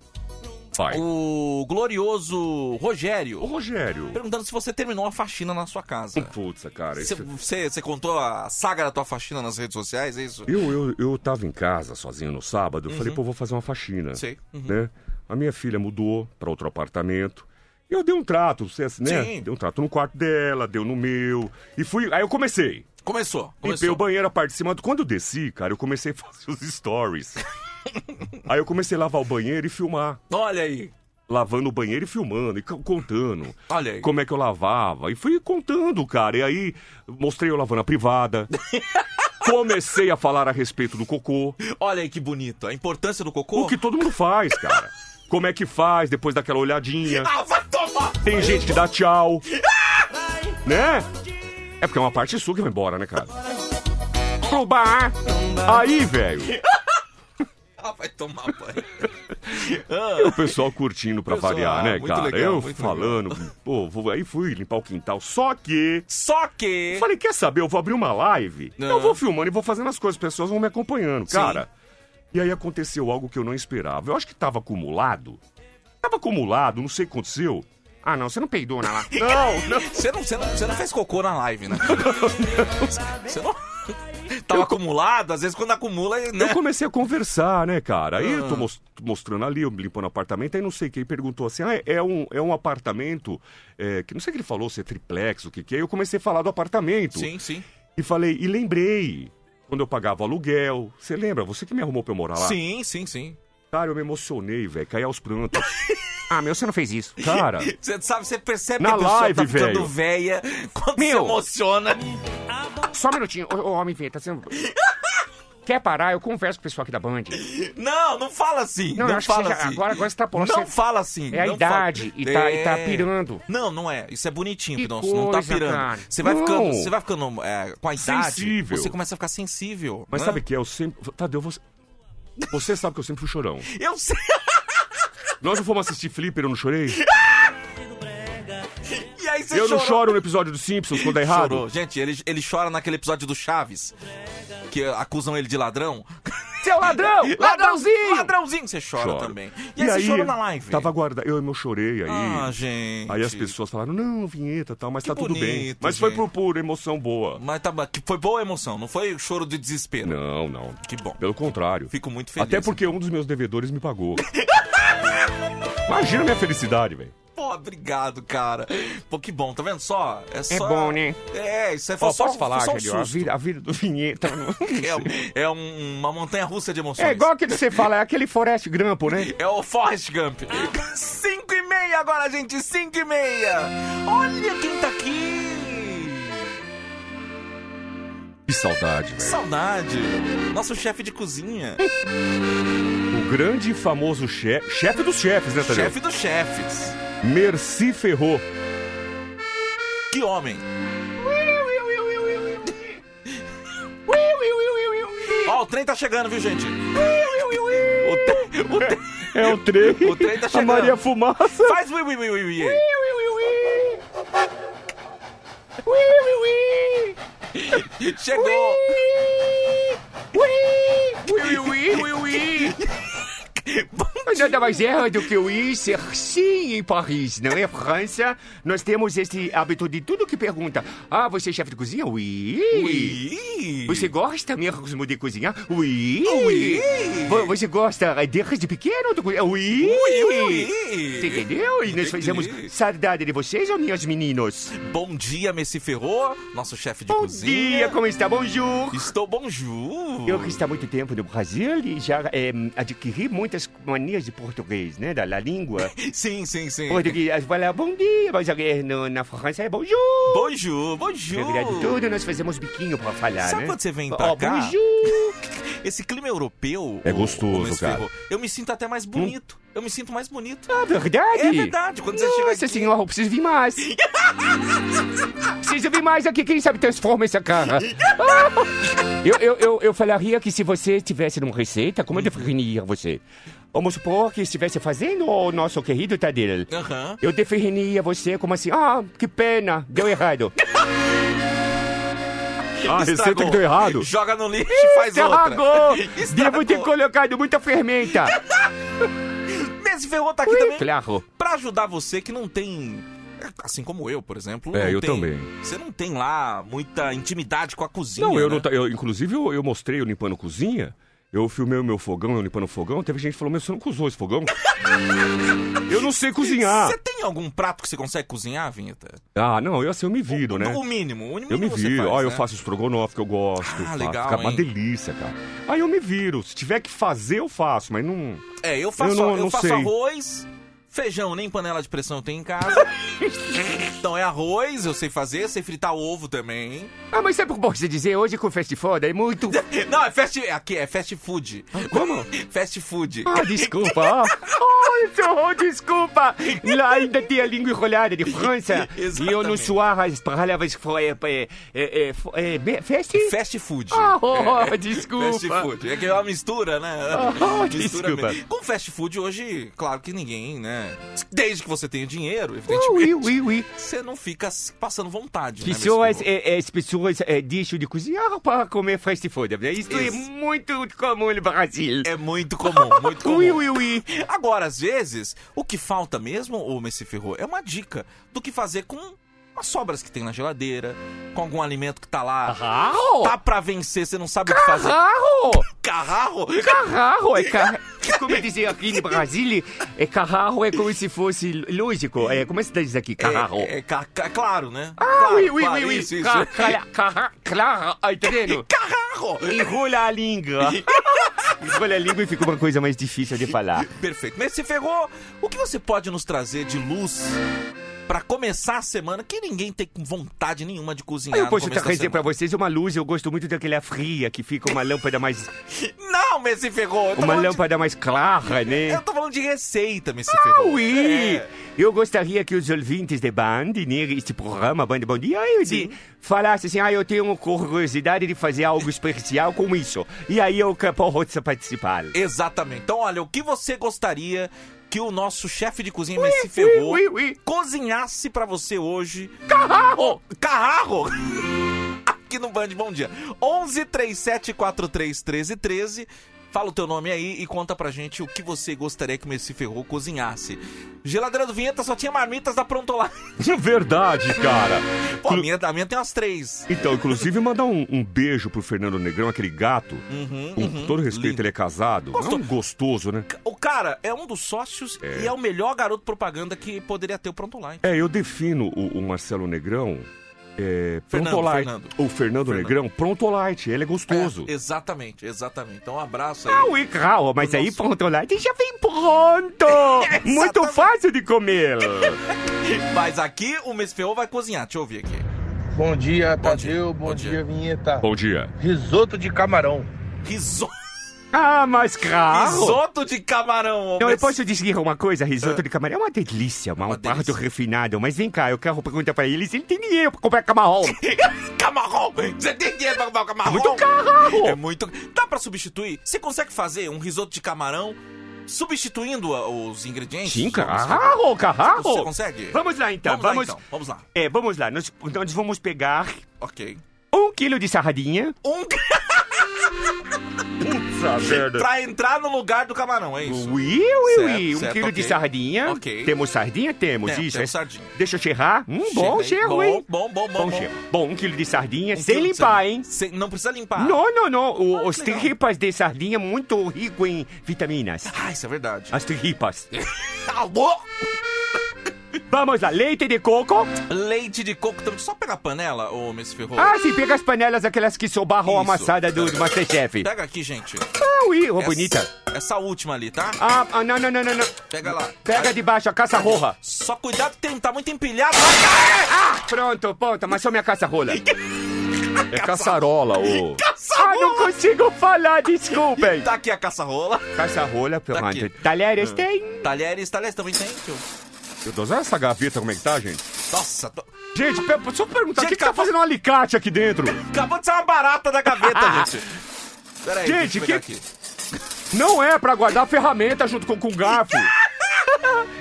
S4: Vai.
S2: O glorioso Rogério
S4: Ô, Rogério.
S2: perguntando se você terminou a faxina na sua casa.
S4: Putz, cara.
S2: Você-
S4: isso-
S2: Você você contou a saga da tua faxina nas redes sociais, é isso?
S4: Eu, eu, eu tava em casa sozinho no sábado, eu falei, pô, vou fazer uma faxina.
S2: Uhum. Sei. Uhum.
S4: Né? A minha filha mudou pra outro apartamento. E eu dei um trato, você assim, né?
S2: Sim.
S4: Dei um trato no quarto dela, deu no meu. E fui. Aí eu comecei.
S2: Começou,
S4: Limpei
S2: começou.
S4: o banheiro, a parte de cima. Quando eu desci, cara, eu comecei a fazer os stories. Aí eu comecei a lavar o banheiro e filmar.
S2: Olha aí,
S4: Lavando o banheiro e filmando, e co- contando.
S2: olha aí.
S4: Como é que eu lavava. E fui contando, cara. E aí, mostrei eu lavando a privada. Comecei a falar a respeito do cocô.
S2: Olha aí que bonito. A importância do cocô.
S4: O que todo mundo faz, cara. Como é que faz depois daquela olhadinha?
S2: Ah, vai tomar!
S4: Tem gente que dá tchau. Né? É porque é uma parte sua que vai embora, né, cara? Pro bar. Aí, velho.
S2: Ah, vai tomar banho.
S4: E o pessoal curtindo pra
S2: Pessoal, ah,
S4: variar, né,
S2: muito
S4: cara?
S2: legal,
S4: eu
S2: muito
S4: falando, pô, vou- aí fui limpar o quintal. Só que.
S2: Só que.
S4: Falei, quer saber? Eu vou abrir uma live. Eu vou filmando e vou fazendo as coisas, as pessoas vão me acompanhando, cara. E aí aconteceu algo que eu não esperava. Eu acho que tava acumulado. Tava acumulado, não sei o que aconteceu. Ah, não, você não peidou na lá. Não, não.
S2: Você não, você não, você não fez cocô na live, né? Você não. Tava acumulado, às vezes quando acumula, né?
S4: Eu comecei a conversar, né, cara? Aí eu tô
S2: Ah.
S4: mos- mostrando ali, eu limpando o apartamento, aí não sei quem perguntou assim: ah, é- é um, é um apartamento é, que não sei o que ele falou, se é triplex, o que que é. Aí eu comecei a falar do apartamento.
S2: Sim, sim.
S4: E falei, e lembrei, quando eu pagava aluguel. Você lembra? Você que me arrumou pra eu morar lá?
S2: Sim, sim, sim.
S4: Cara, eu me emocionei, velho, caí aos prantos. ah, meu, você não fez isso. Cara,
S2: Você sabe, você percebe
S4: Tá.
S2: que
S4: Na
S2: a pessoa
S4: live,
S2: tá ficando
S4: velho.
S2: velha quando se
S4: Meu.
S2: emociona.
S4: Só um minutinho, ô, ô, homem vinheta, você não... Quer parar? Eu converso com o pessoal aqui da Band.
S2: Não, não fala assim.
S4: Não,
S2: Não,
S4: eu acho que
S2: fala
S4: você já-
S2: assim.
S4: agora- agora você tá pondo-
S2: Não
S4: você-
S2: fala assim.
S4: É a
S2: não
S4: idade
S2: fala. É.
S4: e tá- e tá pirando.
S2: Não, não é. Isso é bonitinho,
S4: Que
S2: Pidonço. Não tá
S4: coisa,
S2: pirando.
S4: cara.
S2: Você vai
S4: Não.
S2: ficando, você vai ficando é, com a idade.
S4: Sensível.
S2: Você começa a ficar sensível.
S4: Mas
S2: né?
S4: sabe o que é? Eu sempre... Tadeu, você... Você sabe que eu sempre fui chorão.
S2: Eu sei.
S4: Nós não fomos assistir Flipper, eu não chorei?
S2: E aí você
S4: eu não
S2: chorou.
S4: choro no episódio dos Simpsons quando é errado.
S2: Chorou. Gente, ele, ele chora naquele episódio do Chaves, que acusam ele de ladrão.
S4: Seu ladrão!
S2: Ladrãozinho! Ladrãozinho! Você chora
S4: Choro.
S2: também. E, aí, você chorou na live.
S4: Tava guardado. Eu, eu chorei aí.
S2: Ah, gente.
S4: Aí as pessoas falaram, não, vinheta e tal, mas
S2: Que
S4: tá tudo bem.
S2: bonito,
S4: Mas foi
S2: gente.
S4: por, por emoção boa.
S2: Mas tá, ba- que foi boa a emoção, não foi choro de desespero.
S4: Não, não.
S2: Que bom.
S4: Pelo contrário.
S2: Fico muito feliz.
S4: Até porque um dos meus devedores me pagou. Imagina a minha felicidade, velho.
S2: Pô, obrigado, cara. Pô, que bom, tá vendo só? É, só...
S4: bom, né?
S2: É, isso é
S4: Ó,
S2: foi só,
S4: posso falar,
S2: foi só um
S4: Gelio? A
S2: susto.
S4: vida, a vida do vinheta.
S2: É, é um- uma montanha russa de emoções.
S4: É igual aquele que você fala, é aquele Forest Grampo, né?
S2: É o Forrest Gump. 5 e meia agora, gente. 5 e meia. Olha quem tá aqui.
S4: Que saudade,
S2: Que saudade. Nosso chefe de cozinha.
S4: velho. O grande e famoso chefe. Chefe dos chefes, né, Tadeu?
S2: chefe dos chefes.
S4: Merci Ferrou.
S2: Que homem. Ó, o trem tá chegando, viu, gente? O trem, o trem,
S4: É o trem.
S2: o trem tá
S4: A
S2: chegando.
S4: Maria Fumaça.
S2: Faz ui, ui, ui, ui, ui. aí. Chegou.
S7: Ui, ui, ui, ui. Mas Nada mais erra do que o ser sim em Paris, não é França? Nós temos esse hábito de tudo que pergunta. Ah, você é chefe de cozinha? Oui.
S2: Oui.
S7: Você gosta mesmo de cozinhar? Oui.
S2: Oui.
S7: Vo- Você gosta desde pequeno de cozinhar? Oui.
S2: Ui, ui, ui.
S7: Você entendeu? E nós
S2: Entendi.
S7: fazemos saudade de vocês, ou meus meninos?
S2: Bom dia, Messi Ferro, nosso chefe de
S7: Bom
S2: cozinha.
S7: dia, como está? Bonjour.
S2: Estou bonjour.
S7: Eu que estou há muito tempo no Brasil e já eh, adquiri muitas manias de português, né? Da, da língua.
S2: Sim, sim, sim.
S7: português fala bom dia, mas eh, no, na França é bonjour.
S2: Bonjour, bonjour.
S7: Na verdade, tudo nós fazemos biquinho pra falar,
S2: Sabe
S7: né?
S2: quando você vem pra
S7: oh,
S2: cá?
S7: bonjour.
S2: Esse clima europeu.
S4: É
S2: o-
S4: gostoso,
S2: o Messi
S4: cara.
S2: Ferro, Eu me sinto até mais bonito. Eu me sinto mais bonito.
S7: Ah, verdade?
S2: É verdade, quando você chega
S7: Nossa
S2: aqui-
S7: senhora, eu preciso vir mais. preciso vir mais aqui, quem sabe transforma essa cara. eu, eu, eu, eu falaria que se você estivesse numa receita, como eu
S2: Uhum.
S7: definiria você? Vamos supor que estivesse fazendo o nosso querido Tadeu.
S2: Aham.
S7: Eu definiria você como assim, ah, que pena, deu errado.
S4: Ah, a receita
S2: Estragou.
S4: que deu errado.
S2: Joga no lixo e faz
S7: Estragou! Devo
S2: outra.
S7: ter
S2: Estragou.
S7: colocado muita fermenta.
S2: Messi Ferro tá aqui também.
S7: Claro.
S2: Pra ajudar você que não tem. Assim como eu, por exemplo.
S4: É,
S2: não
S4: eu
S2: tem-
S4: também.
S2: Você não tem lá muita intimidade com a cozinha.
S4: Não, eu
S2: né?
S4: não. ta- Eu, inclusive, eu, eu mostrei eu limpando cozinha. Eu filmei o meu fogão, eu limpando o fogão. Teve gente que falou: Meu, você nunca usou esse fogão? eu não sei cozinhar.
S2: Você tem algum prato que você consegue cozinhar, Vinheta?
S4: Ah, não, eu assim, eu me viro, né?
S2: O mínimo, o mínimo
S4: Eu me
S2: você
S4: viro.
S2: faz,
S4: Ó, eu
S2: né?
S4: faço estrogonofe que eu gosto.
S2: Ah,
S4: faço.
S2: legal,
S4: Fica uma
S2: hein?
S4: delícia, cara. Aí eu me viro. Se tiver que fazer, eu faço, mas não.
S2: É, eu faço,
S4: Eu não-
S2: eu
S4: não
S2: faço
S4: sei.
S2: arroz, Feijão, nem panela de pressão tem em casa. então é arroz, eu sei fazer, sei fritar ovo também.
S4: Ah, mas sabe o que eu posso dizer? Hoje com fast food é muito...
S2: Não, é fast... Aqui, é fast food. Como? fast food.
S4: Ah, desculpa, ó. Oh, senhor, desculpa. Lá ainda tem a língua enrolada de França. E eu não suava as palavras... fo- É, é, é, é, fo- é, be- fast?
S2: Fast food.
S4: Ah, oh,
S2: É, é,
S4: desculpa.
S2: Fast food. É que é uma mistura, né?
S4: Oh,
S2: mistura
S4: desculpa.
S2: mesmo. Com fast food hoje, claro que ninguém, né? Desde que você tenha dinheiro,
S4: Ui,
S2: evidentemente.
S4: ui, ui.
S2: Você não fica passando vontade, né?
S4: Pessoas, é, é, as pessoas é, deixam de cozinhar para comer fast food. né? Isso é muito comum no Brasil.
S2: É muito comum, muito comum. Agora, às vezes, o que falta mesmo, ô Messi Ferro, é uma dica do que fazer com as sobras que tem na geladeira, com algum alimento que tá lá.
S4: Carrarro?
S2: Tá pra vencer, você não sabe o que fazer. Carrarro?
S4: Carrarro! Carrarro é car... Como dizer aqui no Brasil, é carrarro é como se fosse lógico. É, como é que se diz aqui, carrarro?
S2: É, é ca- ca- claro, né?
S4: Ah,
S2: claro,
S4: ui, ui,
S2: claro,
S4: ui, ui.
S2: isso, isso.
S4: Ca- calha- carra- Claro, ai, tá vendo?
S2: Carrarro!
S4: Enrola a língua. Enrola a língua e fica uma coisa mais difícil de falar.
S2: Perfeito. Messi Ferro, o que você pode nos trazer de luz pra começar a semana que ninguém tem vontade nenhuma de cozinhar
S4: Eu
S2: no
S4: posso
S2: começo da
S4: trazer
S2: semana?
S4: pra vocês uma luz, eu gosto muito daquela fria que fica uma lâmpada mais.
S2: Não, Messi Ferro! eu tô
S4: Uma
S2: falando de-
S4: lâmpada mais clara, né?
S2: Eu tô falando de receita, Messi
S4: Ah,
S2: Ferro.
S4: oui!
S2: É.
S4: Eu gostaria que os ouvintes de Band, neste programa Band Bom Dia, eu de, falasse assim, ah, eu tenho curiosidade de fazer algo especial com isso. E aí eu que posso participar.
S2: Exatamente. Então, olha, o que você gostaria que o nosso chefe de cozinha, Messi Ferro,
S4: ui,
S2: cozinhasse pra você hoje?
S4: Carrarro!
S2: Carrarro! Aqui no Band Bom Dia. 11 37 43 13 13. Fala o teu nome aí e conta pra gente o que você gostaria que o Messi Ferro cozinhasse. Geladeira do Vinheta só tinha marmitas da Prontolar.
S12: É
S4: Verdade, cara.
S2: Pô, a minha, a minha tem umas três.
S12: Então, inclusive, mandar um, um beijo pro Fernando Negrão, aquele gato.
S2: Uhum,
S12: Com
S2: uhum.
S12: todo respeito, ele é casado.
S2: Gostoso.
S12: É um gostoso, né?
S2: O cara é um dos sócios
S12: É.
S2: e é o melhor garoto propaganda que poderia ter o Pronto Online.
S12: É, eu defino o, o Marcelo Negrão. É,
S2: Fernando,
S12: pronto light.
S2: Fernando.
S12: O Fernando,
S2: Fernando.
S12: Negrão, pronto light, ele é gostoso.
S2: Exatamente, exatamente. Então um abraço aí.
S4: Ah, ui, claro, mas aí pronto lá, já vem pronto! Muito fácil de comer!
S2: Mas aqui o Mesfeu vai cozinhar. Deixa eu ouvir aqui.
S1: Bom dia, Tadeu. Bom, dia, Vinheta.
S12: Bom dia.
S1: Risoto de camarão.
S2: Risoto.
S4: Ah, mas claro!
S2: Risoto Ah. de camarão. ô
S4: Não, eu
S2: Messi-
S4: posso dizer uma coisa, risoto de camarão é uma delícia, uma- um parto refinado. Mas vem cá, eu quero perguntar pra ele se ele tem dinheiro pra comprar camarão.
S2: Camarão! Você tem dinheiro pra comprar o camarão?
S4: Muito caro!
S2: É muito... Dá pra substituir? Você consegue fazer um risoto de camarão substituindo a- os ingredientes?
S4: Sim,
S2: Ô,
S4: carro,
S2: Messi Ferro?
S4: carro!
S2: É Você consegue?
S4: Vamos lá então,
S2: Vamos,
S4: vamos...
S2: lá, então. Vamos lá.
S4: É, vamos lá, nós, nós vamos pegar
S2: Ok.
S4: um quilo de sardinha.
S2: Um...
S4: Puta merda.
S2: pra entrar no lugar do camarão, é isso?
S4: Ui, ui,
S2: Certo,
S4: ui, um
S2: certo,
S4: quilo de
S2: ok.
S4: sardinha.
S2: Ok.
S4: Temos sardinha? Temos,
S2: Tem-
S4: isso.
S2: temos
S4: é.
S2: sardinha.
S4: Deixa eu cheirar. Hum, bom
S2: Cheira aí.
S4: cheiro,
S2: Bom,
S4: hein?
S2: bom, bom, bom, bom.
S4: cheiro. Bom, um quilo de sardinha,
S2: Um
S4: sem
S2: quilo de
S4: limpar,
S2: sardinha.
S4: hein?
S2: Sem- Não precisa limpar.
S4: Não, não, não. O- os
S2: que legal.
S4: tripas de sardinha muito rico em vitaminas.
S2: Ah, isso é verdade.
S4: As tripas.
S2: Alô?
S4: Vamos lá, leite de coco.
S2: Leite de coco também. Só pega a panela, ô Messi Ferro.
S4: Ah, sim, pega as panelas, aquelas que sobarram a
S2: Isso.
S4: amassada do, do Masterchef.
S2: Pega aqui, gente.
S4: Ah, ui, ô
S2: Essa-
S4: bonita.
S2: Essa última ali, tá?
S4: Ah, ah, não, não, não, não, não.
S2: Pega lá.
S4: Pega de baixo a caça roja.
S2: Só cuidado que tem, tá muito empilhado. Ai, ai,
S4: Ah, pronto, ponto, mas só minha caça rola. É caçarola, ô. Ah, não consigo falar, desculpem.
S2: ai. Tá aqui a caça-rola.
S4: Caça rola, pronto.
S2: aqui. Ah.
S4: Talheres tem.
S2: Talheres, talheres também tem. tio.
S12: Eu tô usando essa gaveta, como é que tá, gente?
S2: Nossa, tô...
S4: Gente, pe- só perguntar, o
S2: Gente,
S4: que, que tá
S2: acabou-
S4: fazendo um alicate aqui dentro?
S2: acabou de sair uma barata da gaveta, gente. Pera aí,
S4: Gente,
S2: deixa eu pegar
S4: que-
S2: aqui.
S4: Não é pra guardar ferramenta junto com, com garfo.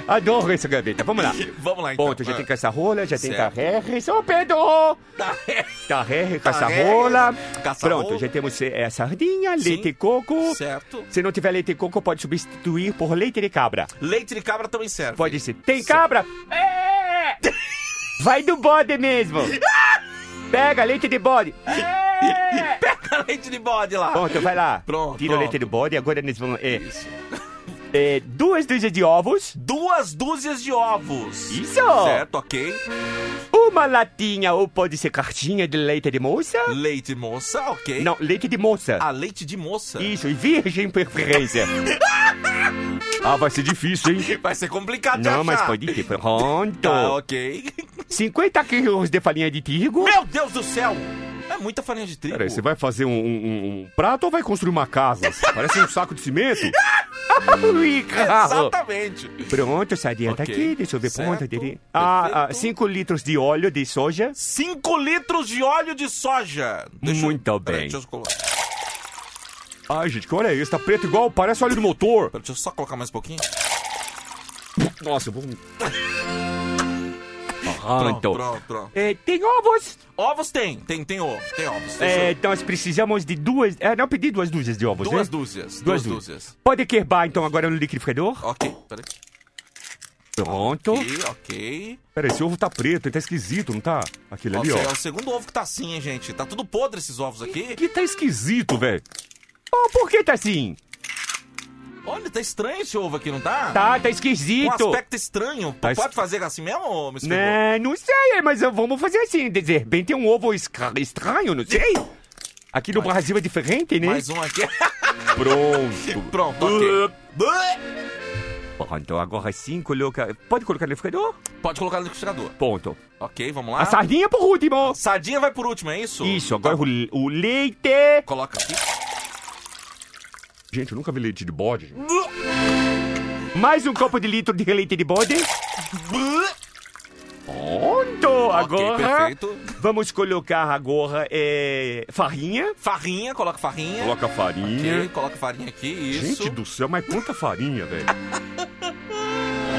S4: Adoro essa gaveta. Vamos lá.
S2: Vamos lá, então.
S4: Ponto, já
S2: Ah.
S4: tem caçarrola, já tem
S2: Certo.
S4: tarrere. São Pedro!
S2: Talher-
S4: Tarrere, caçarrola.
S2: Caçarrola.
S4: Pronto, já temos é, sardinha,
S2: Sim.
S4: leite e coco.
S2: Certo.
S4: Se não tiver leite e coco, pode substituir por leite de cabra.
S2: Leite de cabra também serve.
S4: Pode ser. Tem cabra? É! Vai do bode mesmo. Pega leite de bode.
S2: Pega leite de bode lá.
S4: Pronto, vai lá.
S2: Pronto,
S4: Tira o
S2: pronto.
S4: leite do bode e agora nós vamos. É, é, duas dúzias de ovos.
S2: Duas dúzias de ovos.
S4: Isso!
S2: Certo, ok.
S4: Uma latinha ou pode ser cartinha de leite de moça?
S2: Leite Ah. moça, ok.
S4: Não, leite de moça.
S2: Ah, leite de moça.
S4: Isso, e virgem preferência. Ah, vai ser difícil, hein?
S2: Vai ser complicado de
S4: Não,
S2: achar.
S4: mas pode ter. Pronto.
S2: Tá, ok.
S4: 50 quilos de farinha de trigo.
S2: Meu Deus do céu! É muita farinha de trigo.
S4: Peraí, você vai fazer um, um- um prato ou vai construir uma casa? Parece um saco de cimento. Ui, carro.
S2: É, Exatamente.
S4: Pronto, sadia tá
S2: Ok.
S4: aqui. Deixa eu ver
S2: Certo,
S4: ponta dele. Ah, 5 litros de óleo de soja.
S2: 5 litros de óleo de soja.
S4: Muito
S2: Peraí,
S4: bem.
S2: deixa eu colocar.
S4: Ai, gente, que olha isso. Tá preto igual, parece óleo do motor.
S2: Deixa eu só colocar mais um pouquinho.
S4: Nossa, eu vou... Ah.
S2: Pronto,
S4: Pronto.
S2: pronto, pronto.
S4: É, tem ovos?
S2: Ovos tem, tem, tem ovos, tem ovos.
S4: É,
S2: Deixa
S4: nós precisamos de duas... É, não, pedi duas dúzias de
S2: eu-
S4: ovos,
S2: duas
S4: né?
S2: dúzias, duas,
S4: Duas dúzias.
S2: dúzias.
S4: Pode querbar, então, agora no liquidificador.
S2: Ok, peraí.
S4: Pronto.
S2: Ok, ok.
S4: Peraí, esse ovo tá preto, ele tá esquisito, não tá? Aquele ali,
S2: Nossa, é
S4: ó.
S2: o segundo ovo que tá assim, hein, gente. Tá tudo podre esses ovos aqui.
S4: Que tá esquisito, velho. Oh, por que tá assim?
S2: Olha, tá estranho esse ovo aqui, não tá?
S4: Tá, tá
S2: Um
S4: esquisito.
S2: aspecto estranho.
S4: Tá es-
S2: Pode fazer assim mesmo, ô, Miss Pivô?
S4: Né, não sei, mas eu- vamos fazer assim. De repente tem um ovo esca- estranho, não sei. Aqui no Brasil é diferente, né?
S2: Mais um aqui.
S4: Pronto.
S2: Pronto, ok.
S4: Pronto, agora sim, coloca... Pode colocar no liquidificador?
S2: Pode colocar no liquidificador.
S4: Ponto.
S2: Ok, vamos lá.
S4: A sardinha é por último.
S2: Sardinha vai por último, é isso?
S4: Isso, agora o, o leite.
S2: Coloca aqui.
S4: Gente, eu nunca vi leite de bode. gente. Mais um copo de litro de leite de bode. Pronto, agora
S2: perfeito.
S4: vamos colocar agora é, farinha.
S2: Farinha, coloca farinha.
S4: Coloca farinha.
S2: Ok, coloca farinha aqui, isso.
S4: Gente do céu, mas quanta farinha, velho.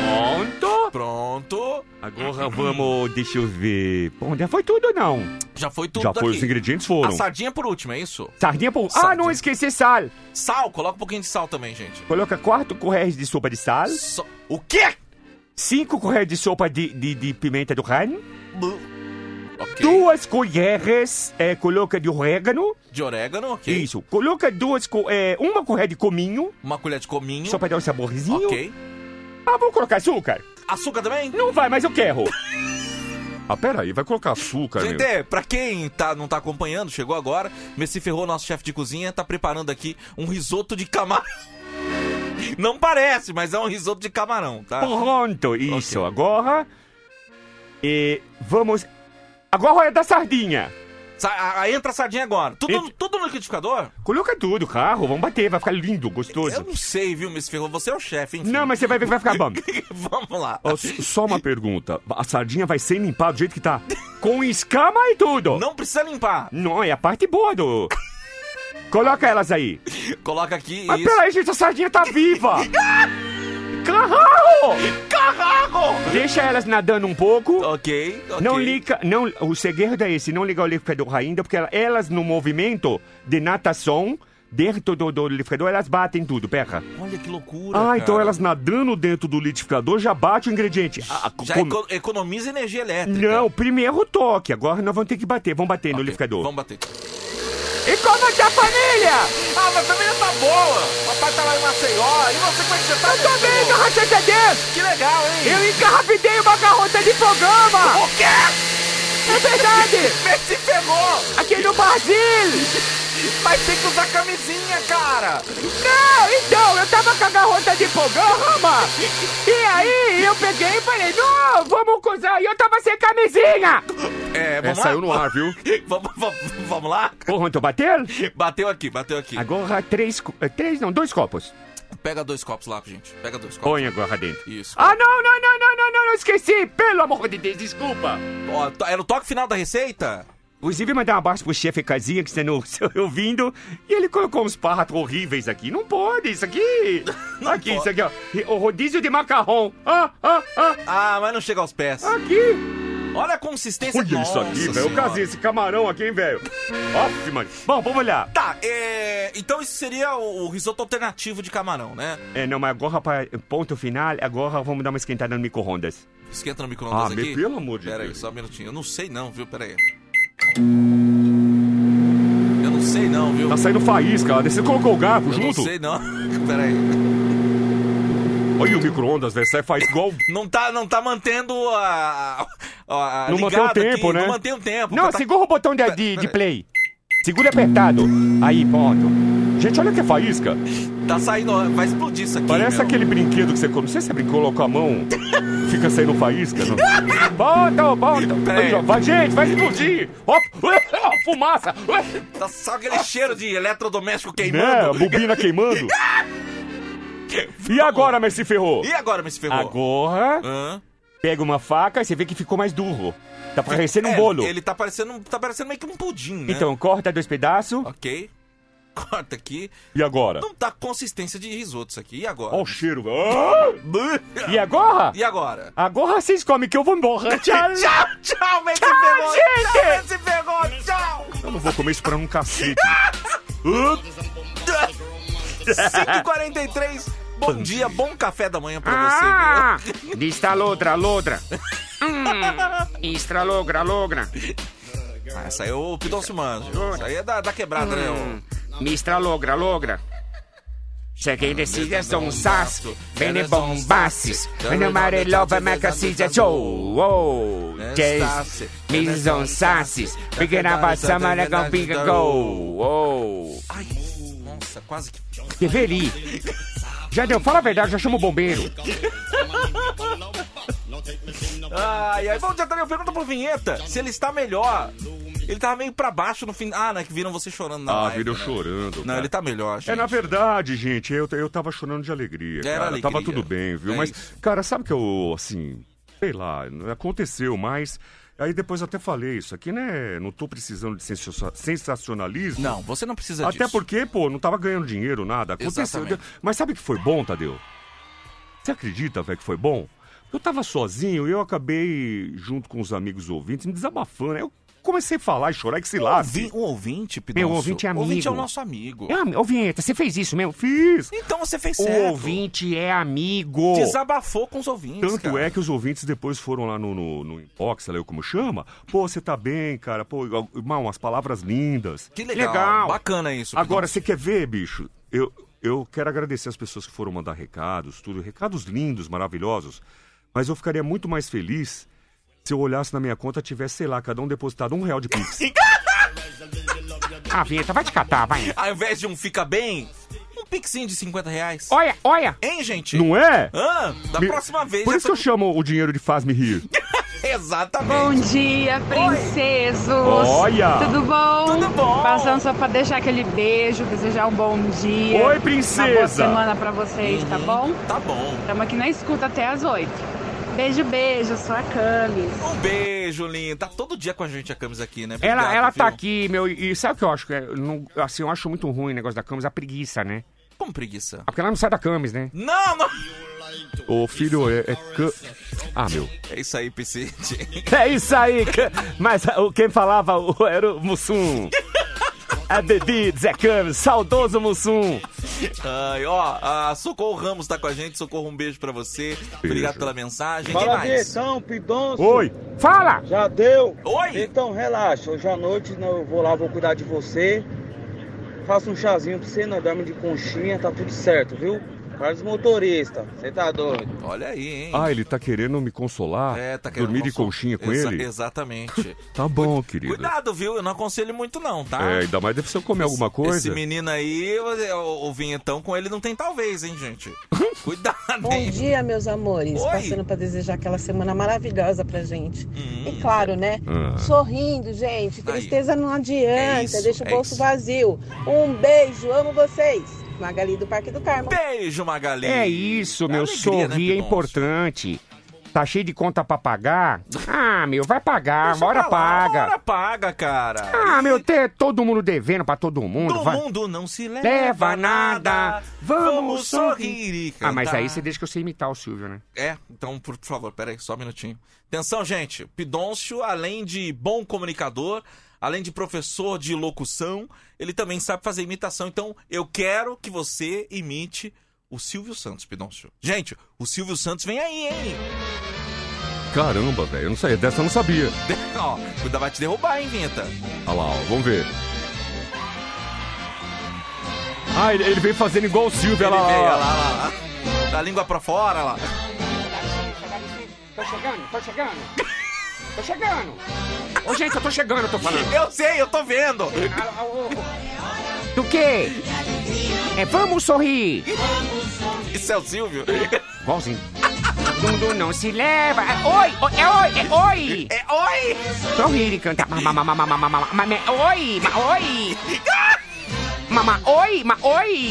S4: Pronto.
S2: Pronto.
S4: Agora vamos, deixa eu ver. Bom, já foi tudo ou não?
S2: Já foi tudo
S4: Já foi,
S2: aqui.
S4: os ingredientes foram.
S2: A sardinha por último, é isso?
S4: Sardinha por... Ah, não esqueci sal.
S2: Sal, coloca um pouquinho de sal também, gente.
S4: Coloca 4 correias de sopa de sal.
S2: So- O quê?
S4: 5 colheres de sopa de, de, de pimenta do reino.
S2: Bu- Ok.
S4: Duas colheres é, coloca de orégano.
S2: De orégano, ok.
S4: Isso. Coloca duas co- é, uma colher de cominho,
S2: Uma colher de cominho.
S4: só pra dar um saborzinho.
S2: Ok.
S4: Ah, vou colocar açúcar.
S2: Açúcar também?
S4: Não vai, mas eu quero. ah, peraí, vai colocar açúcar,
S2: Gente, é, pra quem tá, não tá acompanhando, chegou agora, Messi Ferrou, nosso chefe de cozinha, tá preparando aqui um risoto de camarão. Não parece, mas é um risoto de camarão, tá?
S4: Pronto, isso. Agora... E vamos... Agora é da sardinha.
S2: Sa- a- a- entra a sardinha agora. Tudo,
S4: Entra.
S2: tudo no liquidificador?
S4: Coloca tudo, carro. Vamos bater, vai ficar lindo, gostoso.
S2: Eu não sei, viu, Messi Ferrou? Você é o chefe, hein?
S4: Não, mas você vai ver que vai ficar bom.
S2: Vamos lá.
S4: Ó, s- Só uma pergunta. A sardinha vai ser limpada do jeito que tá? Com escama e tudo.
S2: Não precisa limpar.
S4: Não, é a parte boa do... Coloca elas aí.
S2: Coloca aqui
S4: Mas
S2: isso.
S4: peraí, gente, a sardinha tá viva. Carrarro!
S2: Carrago!
S4: Deixa elas nadando um pouco.
S2: Ok, ok.
S4: Não liga... Não, o segredo é esse, não ligar o liquidificador ainda, porque ela- elas no movimento de natação, dentro do, do liquidificador, elas batem tudo, perra.
S2: Olha que loucura,
S4: Ah,
S2: cara.
S4: então elas nadando dentro do liquidificador já bate o ingrediente. Ah,
S2: Já é
S4: como-
S2: eco- economiza energia elétrica.
S4: Não, primeiro toque. Agora nós vamos ter que bater. Vamos bater no liquidificador.
S2: Vamos bater. Tá
S4: E como é que a família?
S2: Ah, mas também tá boa. Papai tá lá em Maceió. E você, como é que você tá? Eu
S4: Também garrafa de Deus.
S2: Que legal, hein?
S4: Eu encarrapidei uma garota de programa.
S2: O quê?
S4: É verdade.
S2: Você se ferrou.
S4: Aqui no Brasil.
S2: Mas tem que usar camisinha, cara.
S4: Não, então, eu tava com a garota de programa. E aí eu peguei e falei, não, vamos coisar. E eu tava sem camisinha.
S2: É, vamos lá.
S4: ar, viu?
S2: Vamos, vamos, vamos lá?
S4: Ô, Ronto, bateu?
S2: Bateu aqui, bateu aqui.
S4: Agora três, co- eh, três não, dois copos.
S2: Pega dois copos lá, gente. Pega dois copos.
S4: Põe agora dentro.
S2: Isso.
S4: Ah, não, não, não, não, não, não, não, esqueci. Pelo amor de Deus, desculpa.
S2: Ó, to- era o toque final da receita?
S4: Inclusive, mandar um abraço pro chefe Casinha, que está nos ouvindo. E ele colocou uns partos horríveis aqui. Não pode, isso aqui. aqui, isso aqui, ó. E O rodízio de macarrão. Ah, ah, ah.
S2: Ah, mas não chega aos pés.
S4: Aqui.
S2: Olha a consistência.
S4: Olha isso aqui,
S2: Nossa
S4: velho. O
S2: Senhora.
S4: Casinha, esse camarão aqui, hein, velho. Ótimo, mano. Bom, vamos olhar.
S2: Tá, é... então isso seria o, o risoto alternativo de camarão, né?
S4: É, não, mas agora, para ponto final, agora vamos dar uma esquentada no micro-ondas.
S2: Esquenta no micro-ondas
S4: Ah,
S2: aqui.
S4: mas pelo amor de
S2: Pera aí,
S4: Deus.
S2: só um minutinho. Eu não sei não, viu? Pera aí. Eu não sei não, viu?
S4: Tá saindo faísca. lá. Você colocou o garfo
S2: Eu não
S4: junto?
S2: sei não. Pera aí.
S4: Olha o micro-ondas, velho. Sai faz igual...
S2: Não tá, não tá mantendo a... a- a
S4: Não mantém o
S2: ligada
S4: tempo,
S2: Tá aqui,
S4: né?
S2: Não mantém o tempo.
S4: Não,
S2: tá...
S4: segura o botão de, de, de
S2: pera-
S4: play. Segura apertado. Aí, ponto. Gente, olha que faísca.
S2: Tá saindo, ó, vai explodir isso aqui.
S4: Parece
S2: meu.
S4: aquele brinquedo que você come. Não sei se você brincou com a mão. Fica saindo faísca. Não? bota, bota. Aí, ó, Vai, gente, vai explodir. Ó, fumaça.
S2: Tá só aquele cheiro de eletrodoméstico
S4: Né?
S2: queimando.
S4: Bobina queimando. E agora, Messi Ferrou?
S2: E agora, Messi Ferrou?
S4: Agora, pega uma faca e você vê que ficou mais duro. Tá parecendo um
S2: É,
S4: bolo.
S2: Ele tá parecendo, um- tá parecendo meio que um pudim, né?
S4: Então, corta dois pedaços.
S2: Ok. Corta aqui.
S4: E agora?
S2: Não tá consistência de risoto isso aqui. E agora?
S4: Olha o cheiro, velho. Ah! E agora?
S2: E agora?
S4: Agora vocês comem que eu vou embora. Tchau.
S2: tchau, tchau, Messi
S4: Tchau,
S2: Ferrou.
S4: gente!
S2: Tchau, Messi Ferrou. Tchau.
S4: Eu não vou comer isso pra um cacete.
S2: 5h43. Bom dia, bom café da manhã pra
S7: Ah!
S2: você, viu?
S7: Dista lodra, lodra. Extra logra, logra.
S2: Ah, essa aí é o Pidoncio
S4: Hum.
S2: Manjo. Essa aí é da, da quebrada, né?
S7: Hum. Mistra logra, logra. Cheguei nesse é um sasso, bene bombasses, bene amarelo, vai macassija, show, jazz, mison sasses, pequena vassama, negão, pinga, go, oh.
S2: Ai, nossa, quase que...
S7: Deveri. Já deu, fala a verdade, já chama o bombeiro.
S2: Ai, ai, bom dia, Daniel. Pergunta pro Vinheta se ele está melhor. Ele tava meio pra baixo no fim. Ah, né? Que viram você chorando na
S4: Ah,
S2: live,
S4: virou
S2: né?
S4: chorando.
S2: Não, ele tá melhor, gente.
S4: É, na verdade, gente, eu, eu tava chorando de alegria,
S2: Era
S4: cara.
S2: alegria.
S4: Tava tudo bem, viu?
S2: É
S4: mas,
S2: isso.
S4: cara, sabe que eu, assim, sei lá, aconteceu, mas... Aí depois eu até falei isso aqui, né? Não tô precisando de sensa- sensacionalismo.
S2: Não, você não precisa
S4: Até
S2: disso.
S4: porque, pô, não tava ganhando dinheiro, nada. Aconteceu.
S2: Exatamente.
S4: Mas sabe o que foi bom, Tadeu? Você acredita, velho, que foi bom? Eu tava sozinho e eu acabei, junto com os amigos ouvintes, me desabafando. né? Eu comecei a falar e chorar que se lá.
S2: Ouvi- O ouvinte,
S4: Ah, Meu
S2: Pidoncio.
S4: ouvinte é amigo.
S2: ouvinte é o nosso amigo.
S7: Ah, ô, Vinheta, você fez isso mesmo? Fiz.
S2: Então você fez certo.
S7: O ouvinte é amigo.
S2: Desabafou com os ouvintes,
S4: Tanto
S2: cara.
S4: é que os ouvintes depois foram lá no, no, no inbox, sei lá eu como chama. Pô, você tá bem, cara. Pô, igual- irmão, umas palavras lindas.
S2: Que legal. Bacana isso.
S4: Agora,
S2: Pidoncio.
S4: você quer ver, bicho? Eu, eu quero agradecer as pessoas que foram mandar recados, tudo. Recados lindos, maravilhosos. Mas eu ficaria muito mais feliz se eu olhasse na minha conta e tivesse, sei lá, cada um depositado um real de Pix.
S7: Ah, Vinheta, vai te catar, vai.
S2: Ao invés de um fica bem, um pixinho de 50 reais.
S7: Olha, olha.
S2: Hein, gente?
S4: Não é?
S2: Ah, da
S4: Me-
S2: próxima vez.
S4: Por
S2: já
S4: isso que eu chamo o dinheiro de faz-me rir.
S2: Exatamente.
S13: Bom dia, princesos!
S4: Olha!
S13: Tudo bom?
S2: Tudo bom!
S13: Passando só pra deixar aquele beijo, desejar um bom dia.
S4: Oi,
S13: Uma boa
S4: princesa!
S13: semana pra vocês, tá bom?
S2: Tá bom.
S13: Estamos aqui na escuta até as oito. Beijo, beijo, sou a Camis.
S2: Um beijo, Linha. Tá todo dia com a gente a Camis aqui, né?
S7: Ela,
S2: Obrigado,
S7: ela tá
S2: viu?
S7: aqui, meu. E sabe o que eu acho? que é- não- assim, eu acho muito ruim o negócio da Camis, a preguiça, né?
S2: Como preguiça?
S7: Ah, porque ela não sai da Camis, né?
S2: Não, não.
S4: Ô, filho, é... é ca- Ah, meu.
S2: É isso aí, PC.
S4: É isso aí, ca- mas ah, o- quem falava o- era o Mussum.
S7: É
S4: A Debi, Zé Câmbio, saudoso Mussum.
S2: Ai, ó, a Socorro Ramos tá com a gente. Socorro, um beijo pra você. Obrigado pela mensagem. Quem
S14: Fala,
S2: mais?
S14: Betão, Pidoncio.
S4: Oi.
S7: Fala!
S14: Já deu?
S2: Oi.
S14: Então, relaxa. Hoje à noite né, eu vou lá, vou cuidar de você. Faço um chazinho pra você, não dorme de conchinha, tá tudo certo, viu? Para os motoristas, você tá doido.
S2: Olha aí, hein?
S4: Ah, ele tá querendo me consolar?
S2: É, tá querendo
S4: Dormir de
S2: consolo-
S4: conchinha com
S2: Exa-
S4: ele?
S2: Exatamente.
S4: Tá bom, querido.
S2: Cuidado, viu? Eu não aconselho muito, não, tá?
S4: É, ainda mais deve ser eu comer alguma coisa.
S2: Esse menino aí, o, o vinhetão com ele não tem talvez, hein, gente? Cuidado,
S10: Bom
S2: hein?
S10: dia, meus amores.
S2: Oi.
S10: Passando para desejar aquela semana maravilhosa pra gente.
S2: Hum.
S10: E claro, né?
S2: Ah.
S10: Sorrindo, gente. Tristeza não adianta.
S2: É isso,
S10: deixa o
S2: é
S10: bolso
S2: isso.
S10: vazio. Um beijo, amo vocês. Magali do Parque do Carmo.
S2: Beijo, Magali.
S7: É isso, meu.
S2: alegria, né,
S7: sorrir é
S2: Pidoncio?
S7: importante. Tá cheio de conta pra pagar? Ah, meu, vai pagar, uma hora
S2: pra lá, uma
S7: paga.
S2: hora paga, cara.
S7: Ah, meu, ter todo mundo devendo pra todo mundo.
S2: Do
S7: vai.
S2: mundo não se leva,
S7: Leva
S2: nada.
S7: nada,
S2: Vamos
S7: vamos
S2: sorrir e
S7: sorrir. Ah, mas
S2: cantar.
S7: aí você deixa que eu sei imitar o Silvio, né?
S2: É, então, por favor, pera aí, só um minutinho. Atenção, gente. Pidoncio, além de bom comunicador, além de professor de locução, ele também sabe fazer imitação. Então, eu quero que você imite o Silvio Santos, Pidoncio. Gente, o Silvio Santos vem aí, hein?
S4: Caramba, velho, eu não sabia. Dessa eu não sabia.
S2: Ó, cuidado, vai te derrubar, hein, Vinheta?
S4: Olha lá, ó, vamos ver. Ah, ele, ele veio fazendo igual o Silvio, olha
S2: Ele
S4: lá.
S2: veio,
S4: olha
S2: olha
S4: lá.
S2: lá, olha lá. Da língua pra fora, olha lá.
S7: Tô chegando, tô chegando. Tô chegando. Ô, gente, eu tô chegando, eu tô falando.
S2: Eu sei, eu tô vendo.
S4: Do quê? É vamos sorrir.
S2: Isso é o Silvio?
S4: Igualzinho. Dudu não se leva. É oi, o- é oi, é oi.
S2: É oi.
S4: Sorrir e cantar. Ma, ma, ma, ma, ma, ma, ma, ma, ma, ma, oi, ma, oi. Ma, ma, oi, ma, oi.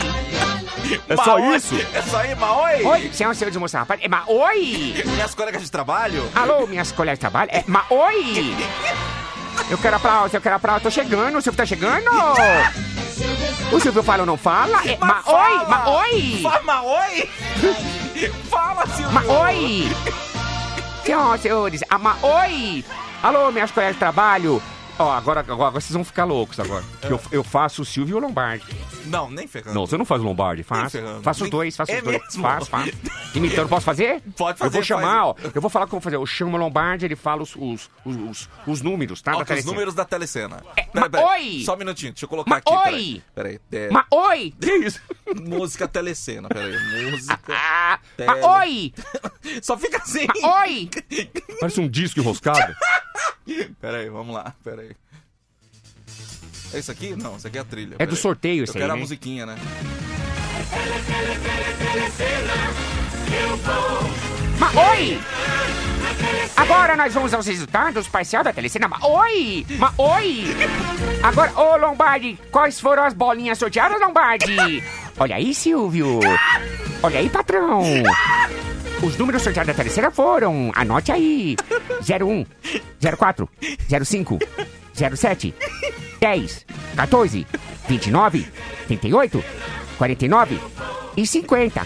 S2: É só Maoi. isso? É só aí, ma, oi.
S4: Oi, senhor, senhor de moça, rapaz. É ma, oi.
S2: Minhas colegas de trabalho?
S4: Alô, minhas colegas de trabalho. É ma, oi. Eu quero aplauso, eu quero aplauso. Tô chegando, o Silvio tá chegando. O Silvio fala ou não fala? É ma, oi, ma, oi.
S2: Fala, ma, oi. Fala, Silvio.
S4: Ma, oi. Senhoras e senhores, a ma, oi. Alô, minhas colegas de trabalho. Ó, agora, agora vocês vão ficar loucos agora. Que eu, eu faço o Silvio e o Lombardi.
S2: Não, nem ferrando.
S4: Não, você não faz o Lombardi, faz.
S2: ferrando.
S4: Faço os
S2: Nem-
S4: dois, faço
S2: É
S4: os dois.
S2: mesmo?
S4: Faz, faz. Imitando, posso fazer?
S2: Pode
S4: Eu vou
S2: fazer,
S4: chamar,
S2: faz.
S4: ó. Eu vou falar como fazer. Eu chamo o Lombardi, ele fala os, os, os, os, os números,
S2: Ó,
S4: tá? da
S2: com os
S4: telecena.
S2: números da telecena.
S4: É, ma-
S2: Peraí, peraí.
S4: oi!
S2: Só um minutinho, deixa eu colocar
S4: Ma-
S2: aqui.
S4: oi!
S2: Peraí. peraí. É,
S4: Ma, oi! Que isso?
S2: Música telecena, peraí. Música.
S4: Ma,
S2: tele-
S4: Ah, oi!
S2: Só fica assim.
S4: Ma, oi!
S15: Parece um disco enroscado.
S2: Peraí, vamos lá, peraí. É isso aqui? Não, isso aqui é a trilha.
S4: É
S2: peraí.
S4: do sorteio isso
S2: Eu
S4: aí,
S2: quero a
S4: né?
S2: musiquinha, né?
S4: Ma, oi! Agora nós vamos aos resultados parcial da telecena. Ma, oi! Ma, oi! Agora, ô Lombardi, quais foram as bolinhas sorteadas, Lombardi? Olha aí, Silvio! Olha aí, patrão! Os números sorteados da telecena foram, anote aí: 01, 04, 05, 07, 10, 14, 29, 38, 49 e 50.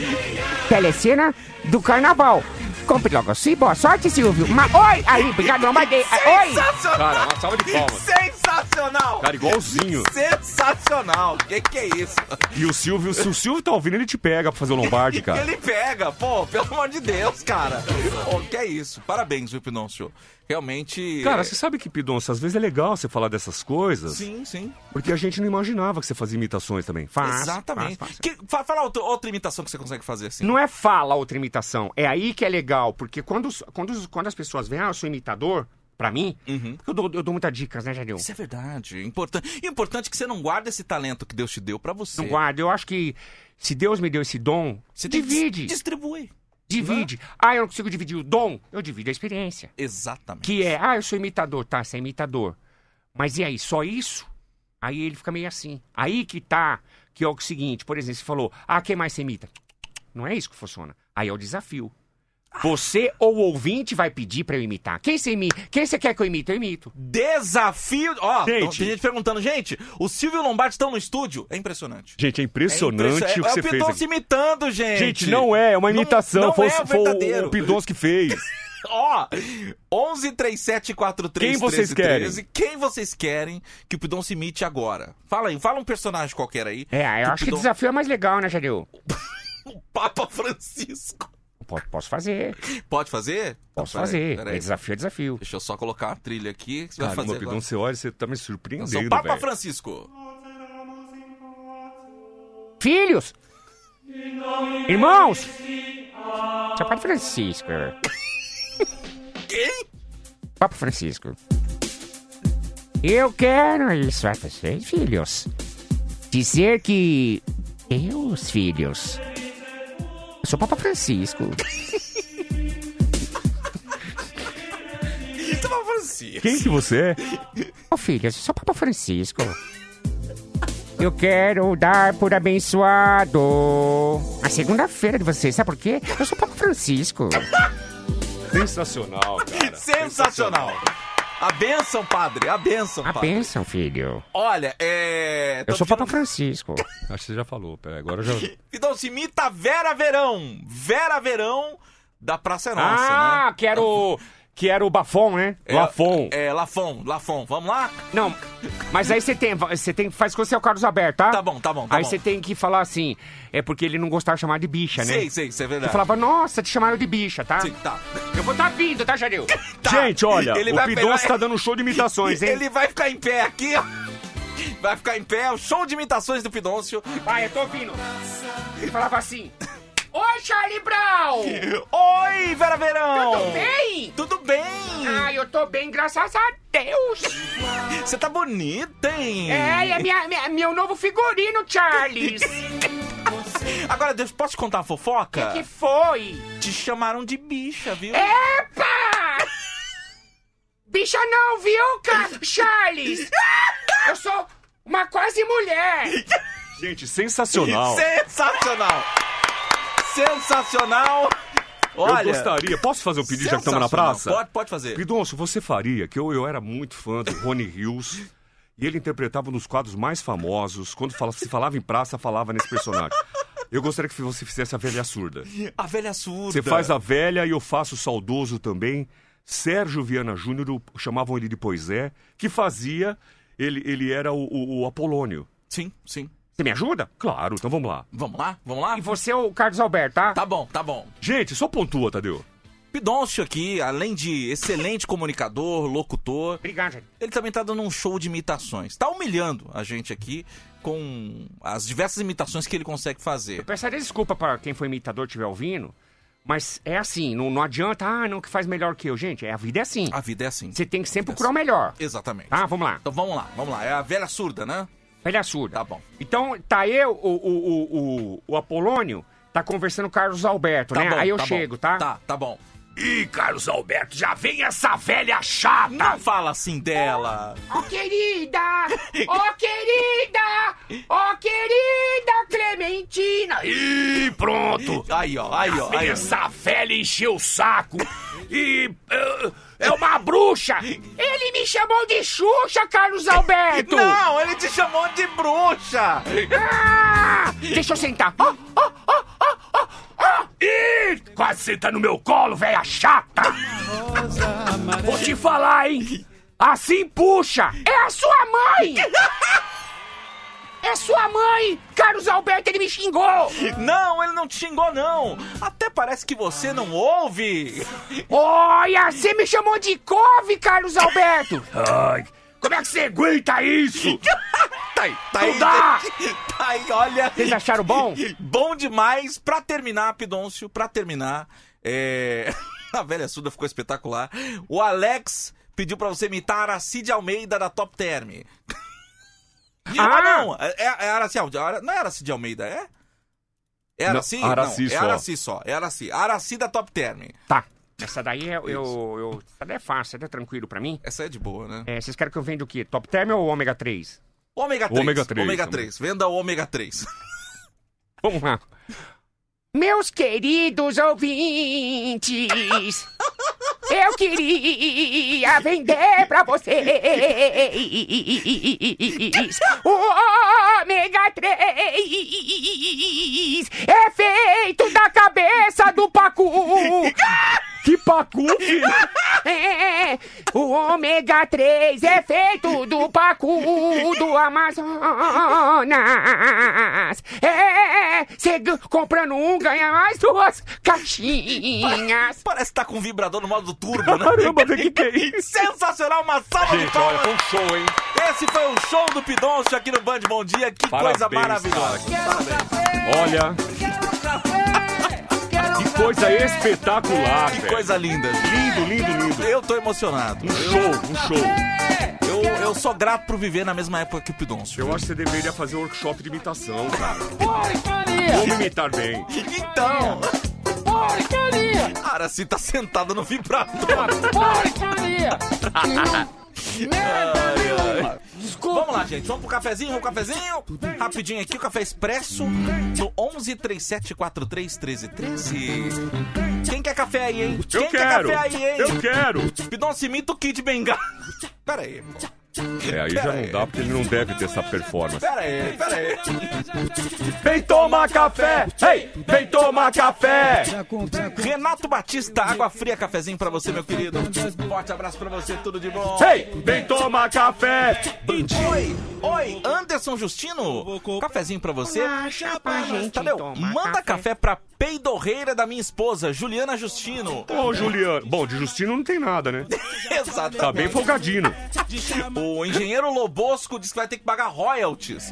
S4: Telecena do Carnaval. Compre logo assim, boa sorte, Silvio. Ma oi! Aí, obrigado, não mandei. Ah, Oi!
S2: Sensacional!
S15: Cara, uma salva de palmas.
S2: Sensacional!
S15: Cara, igualzinho.
S2: Sensacional! Que que é isso?
S15: E o Silvio, se o Silvio tá ouvindo, ele te pega pra fazer o Lombardi, cara.
S2: Ele pega, pô, pelo amor de Deus, cara. Pô, que é isso? Parabéns, viu, Pinócio. Realmente.
S15: Cara, você sabe que, Pidonça, às vezes é legal você falar dessas coisas.
S2: Sim, sim.
S15: Porque a gente não imaginava que você fazia imitações também. Faz.
S2: Exatamente.
S15: faz, faz.
S2: Que- fa- fala outra, outra imitação que você consegue fazer assim.
S4: Não é fala outra imitação. É aí que é legal. Porque quando, os- quando, os- quando as pessoas veem, ah, eu sou imitador, pra mim,
S15: Uhum.
S4: porque eu dou, eu dou muitas dicas, né, Jadil?
S2: Isso é verdade. Importante. E o importante é que você não guarda esse talento que Deus te deu pra você.
S4: Não guarda. Eu acho que se Deus me deu esse dom,
S2: Você tem que
S4: divide.
S2: dis- distribui.
S4: Divide. Ah, eu não consigo dividir o dom. Eu divido a experiência.
S2: Exatamente.
S4: Que é, ah, eu sou imitador, tá, você é imitador. Mas e aí, só isso? Aí ele fica meio assim. Aí que tá, que é o seguinte, por exemplo, você falou, ah, quem mais você imita? Não é isso que funciona. Aí é o desafio. Você ou o ouvinte vai pedir pra eu imitar. Quem você, imi... quem você quer que eu imite? Eu imito.
S2: Desafio. Ó,
S15: Gente.
S2: tem gente perguntando, gente, o Silvio e o Lombardi estão no estúdio? É impressionante.
S15: Gente, é impressionante
S2: impressionante
S15: o que você fez.
S2: Pidon
S15: aqui.
S2: se imitando, gente.
S15: Gente, não é, é uma
S2: Não-
S15: imitação.
S2: não
S15: foi um
S2: é o
S15: foi
S2: verdadeiro.
S15: o Pidons que fez.
S2: Ó, 1137431313.
S15: Quem vocês querem?
S2: Quem vocês querem que o Pidon se imite agora? Fala aí, fala um personagem qualquer aí.
S4: É, eu acho que o desafio é mais legal, né, Jadeu?
S2: é O Papa Francisco.
S4: Po- Posso fazer.
S2: Pode fazer?
S4: Posso
S2: Então, peraí,
S4: fazer.
S2: peraí.
S4: É desafio, é desafio.
S2: Deixa eu só colocar a trilha aqui. que Você vai
S15: Caramba,
S2: fazer
S15: Pidon,
S2: agora.
S15: você olha, você tá me
S2: Eu
S15: surpreendendo,
S2: sou
S15: velho.
S2: o Papa Francisco.
S4: Filhos! Irmãos! Seu Papa Francisco.
S2: Quem?
S4: Papa Francisco. Eu quero isso a vocês, filhos. Dizer que Deus, filhos. Eu sou Papa Francisco.
S2: Isso é Papa Francisco.
S15: Quem que você é?
S4: Ô filhos, eu sou Papa Francisco. Eu quero dar por abençoado a segunda-feira de vocês, sabe por quê? Eu sou Papa Francisco.
S15: Sensacional, cara.
S2: Sensacional. A benção, padre. A benção,
S4: A
S2: padre.
S4: Ah, bênção, filho.
S2: Olha, é.
S4: Eu
S2: tô
S4: sou Papa
S2: pedindo-
S4: Francisco.
S15: Acho que você já falou. Pera, agora eu já...
S2: Então se imita a Vera Verão. Vera Verão da Praça é Nossa, né?
S4: ah, que era o. Que era o Bafon, né?
S2: É,
S4: Lafon.
S2: É, Lafon, Lafon. Vamos lá?
S4: Não, mas aí você tem. Você tem que faz com o seu Carlos aberto, tá?
S2: Tá bom, tá bom, tá
S4: aí
S2: bom.
S4: você tem que falar assim. É porque ele não gostava de chamar de bicha, né?
S2: Sei, sei, isso é
S4: Ele
S2: verdade.
S4: falava, nossa, te chamaram de bicha, tá?
S2: Sim, tá.
S4: Eu vou estar tá vindo, tá, Jadil?
S15: Gente, olha,
S2: Ele
S15: o
S2: vai
S15: Pidon
S2: pegar-
S15: tá dando um show de imitações, hein?
S2: Ele vai ficar em pé aqui, ó. Vai ficar em pé, o show de imitações do Pidoncio.
S4: Vai, eu tô vindo. Ele falava assim. Oi, Charlie Brown!
S2: Oi, Vera Verão!
S4: Tudo bem?
S2: Tudo bem?
S4: Ah, eu tô bem, graças a Deus!
S2: Você tá bonita, hein?
S4: É, é minha- minha- meu novo figurino, Charles!
S2: Agora, Deus, posso te contar uma fofoca?
S4: que foi? É?
S2: Te chamaram de bicha, viu?
S4: Epa! Bicha não, viu, cara? Charles! Eu sou uma quase mulher!
S16: Gente, sensacional.
S2: Sensacional! Sensacional! Olha,
S16: eu gostaria. Posso fazer um pedido já que estamos na
S2: sensacional.
S16: praça?
S2: Pode, pode fazer.
S16: Pidonço, você faria que eu, eu era muito fã do Rony Rios e ele interpretava um dos quadros mais famosos. Quando fala- se falava em praça, falava nesse personagem. Eu gostaria que você fizesse a velha surda.
S2: A velha surda.
S16: Você faz a velha e eu faço o saudoso também. Sérgio Viana Júnior, o- chamavam ele de Poisé, que fazia. Ele, ele era o, o- o Apolônio.
S2: Sim, sim.
S16: Você me ajuda? Claro, então vamos lá.
S2: Vamos lá, vamos lá.
S4: E você é o Carlos Alberto, tá?
S2: Tá bom, tá bom.
S16: Gente, só pontua, Tadeu.
S2: Pidoncio aqui, além de excelente comunicador, locutor.
S4: Obrigado, gente.
S2: Ele também tá dando um show de imitações. Tá humilhando a gente aqui com as diversas imitações que ele consegue fazer.
S4: Peço desculpa pra quem foi imitador e estiver ouvindo, mas é assim, não, não adianta, ah, não, que faz melhor que eu. Gente, é, a vida é assim.
S2: A vida é assim.
S4: Você tem que sempre procurar o melhor.
S2: Exatamente.
S4: Tá, vamos lá.
S2: Então vamos lá, vamos lá. É a velha surda, né?
S4: Velha surda.
S2: Tá bom.
S4: Então, tá eu, o, o, o, o, o Apolônio, tá conversando com o Carlos Alberto,
S2: Tá
S4: né?
S2: bom,
S4: Aí eu
S2: tá bom.
S4: chego, tá?
S2: Tá, tá bom.
S4: Ih, Carlos Alberto, já vem essa velha chata!
S2: Não fala assim dela.
S4: Ó querida! Ó querida! Ó querida Clementina! Ih, pronto!
S2: Aí, ó, aí, ó. Aí, ó.
S4: Essa velha encheu o saco! E. é uma bruxa! Ele me chamou de Xuxa, Carlos Alberto!
S2: Não, ele te chamou de bruxa.
S4: Ah! Deixa eu sentar! Ó, ó, ó, ó, ó, ó! Ih, Quase senta no meu colo, velha chata! Vou te falar, hein? Assim puxa! É a sua mãe! É sua mãe! Carlos Alberto, ele me xingou!
S2: Não, ele não te xingou, não. Até parece que você não ouve.
S4: Olha, você me chamou de couve, Carlos Alberto! Ai, como é que você aguenta isso?
S2: Tá aí, tá
S4: Não
S2: aí.
S4: dá!
S2: Tá aí, olha.
S4: Vocês acharam bom?
S2: Bom demais. Pra terminar, Pidoncio, pra terminar, é... a velha Suda ficou espetacular. O Alex pediu pra você imitar a Aracide Almeida da Top Term. Ah, não! É, é Araci Almeida. Não é Aracide Almeida, é? É
S16: Não,
S2: Araci?
S16: Araci
S2: não, é
S16: só.
S2: Araci só. É Araci. Araci da Top Term.
S4: Tá. Essa daí eu, eu, eu- essa daí é fácil, essa daí é tranquilo pra mim.
S2: Essa é de boa, né?
S4: É, vocês querem que eu venda o quê? Top Term ou ômega 3?
S2: Ômega 3.
S16: Ômega três,
S2: Ômega
S16: também.
S2: 3. Venda o ômega 3.
S4: Vamos lá. Meus queridos ouvintes, eu queria vender pra vocês o ômega 3 é feito da cabeça do pacu. Que pacu, filho? É, o ômega 3 é feito do pacu do Amazonas. É, você g- comprando um, ganha mais duas caixinhas.
S2: Parece que tá com um vibrador no modo turbo, né?
S4: Caramba, vê que que é isso?
S2: Sensacional, uma salva de
S16: Gente, olha,
S2: palmas.
S16: foi um show, hein?
S2: Esse foi o show do Pidoncio aqui no Band Bom Dia. Que
S16: Parabéns,
S2: coisa maravilhosa.
S16: Olha. Que coisa espetacular,
S2: Que
S16: velho.
S2: coisa linda.
S16: Lindo, lindo, lindo.
S2: Eu tô emocionado.
S16: Um show, um show.
S2: Eu, eu sou grato por viver na mesma época que o Pidoncio.
S16: Eu acho que você deveria fazer um workshop de imitação, cara. Como imitar bem.
S2: Então... Cara, se tá sentada no vibrador. Ai, ai. Vamos lá, gente. Vamos pro cafezinho, vamos pro cafezinho. Rapidinho aqui, o café expresso no 11 3743 1313. Quem quer café aí, hein?
S16: Eu
S2: Quem
S16: quero!
S2: quer café aí, hein?
S16: Eu quero!
S2: Pidoncio imita o Kid Bengala. Pera aí, pô.
S16: É, aí já não dá porque ele não deve ter essa performance.
S2: Pera aí, pera aí.
S16: Vem tomar café! Ei, vem tomar café!
S2: Renato Batista, água fria, cafezinho pra você, meu querido. Forte abraço pra você, tudo de bom.
S16: Ei, vem tomar café!
S2: Oi, oi, Anderson Justino, cafezinho pra você.
S4: pra gente
S2: Tadeu,
S4: tomar
S2: manda
S4: café.
S2: café. pra peidorreira da minha esposa, Juliana Justino.
S16: Ô, Juliano. Bom, de Justino não tem nada, né?
S2: Exatamente.
S16: Tá bem folgadino.
S2: O engenheiro Lobosco disse que vai ter que pagar royalties.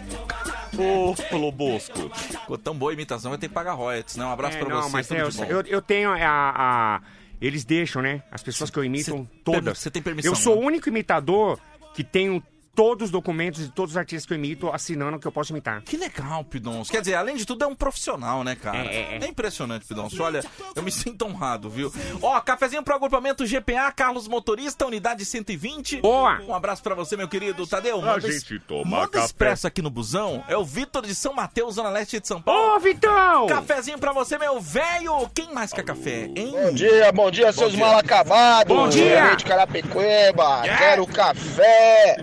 S16: Ô, Lobosco.
S2: Ficou tão boa a imitação, vai ter que pagar royalties, né? Um abraço
S4: É,
S2: pra
S4: não,
S2: você,
S4: mas
S2: tudo
S4: eu,
S2: de bom.
S4: eu, eu tenho a, a-
S7: Eles deixam, né? As pessoas que eu imitam, todas.
S2: você tem permissão,
S7: Eu sou
S2: né?
S7: o único imitador que tenho todos os documentos de todos os artistas que eu imito assinando que eu posso imitar.
S2: Que legal, Pidonço. Quer dizer, além de tudo, é um profissional, né, cara? É, impressionante, Pidonço. Olha, eu me sinto honrado, viu? Ó, cafezinho pro agrupamento GPA, Carlos Motorista, unidade 120. Boa! Um abraço pra você, meu querido. Tadeu,
S17: A
S2: manda es-
S17: gente toma
S2: manda
S17: café.
S2: expresso aqui no busão. É o Vitor de São Mateus, Zona Leste de São Paulo.
S7: Ô,
S4: Oh!
S7: Vitão!
S2: Cafezinho pra você, meu velho. Quem mais quer café, hein?
S18: Bom dia, bom dia, seus mal acabados.
S2: Bom dia.
S18: Gerente Carapicueba, quero café.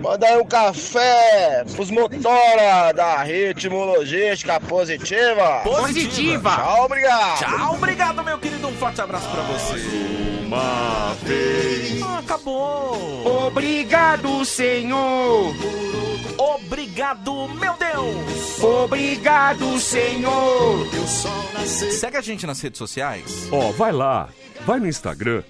S18: Manda aí um café pros motora da Ritmo Logística Positiva.
S2: Positiva.
S18: Tchau, obrigado.
S2: Tchau, obrigado, meu querido. Um forte abraço pra você.
S17: Uma vez.
S2: Ah, acabou.
S7: Obrigado, Senhor.
S2: Obrigado, meu Deus.
S7: Obrigado, Senhor.
S2: Segue a gente nas redes sociais.
S4: Ó, vai lá, vai no Instagram,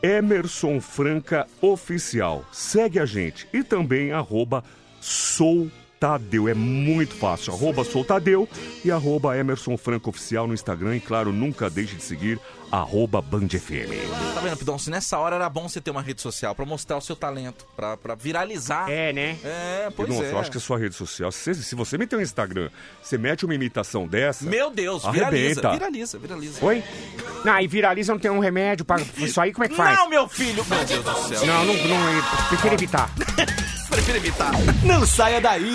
S4: Emerson Franca Oficial. Segue a gente e também arroba Sou Tadeu. É muito fácil. Arroba Sou Tadeu e arroba Emerson Franca Oficial no Instagram. E claro, nunca deixe de seguir arroba Band FM.
S2: Tá vendo, Pidon? Se nessa hora era bom você ter uma rede social pra mostrar o seu talento, pra, pra viralizar.
S7: É, né?
S2: É, pois
S4: Nossa,
S2: é.
S4: eu acho que a sua rede social, se, se você meter um Instagram, você mete uma imitação dessa.
S2: Meu Deus, viraliza,
S4: arrebenta.
S2: viraliza, viraliza.
S7: Oi? Não, e viraliza não tem um remédio pra isso aí, como é que faz?
S2: Não, meu filho! Meu Deus do céu.
S7: Não, não, não, eu prefiro evitar.
S2: Prefiro evitar.
S19: Não saia daí!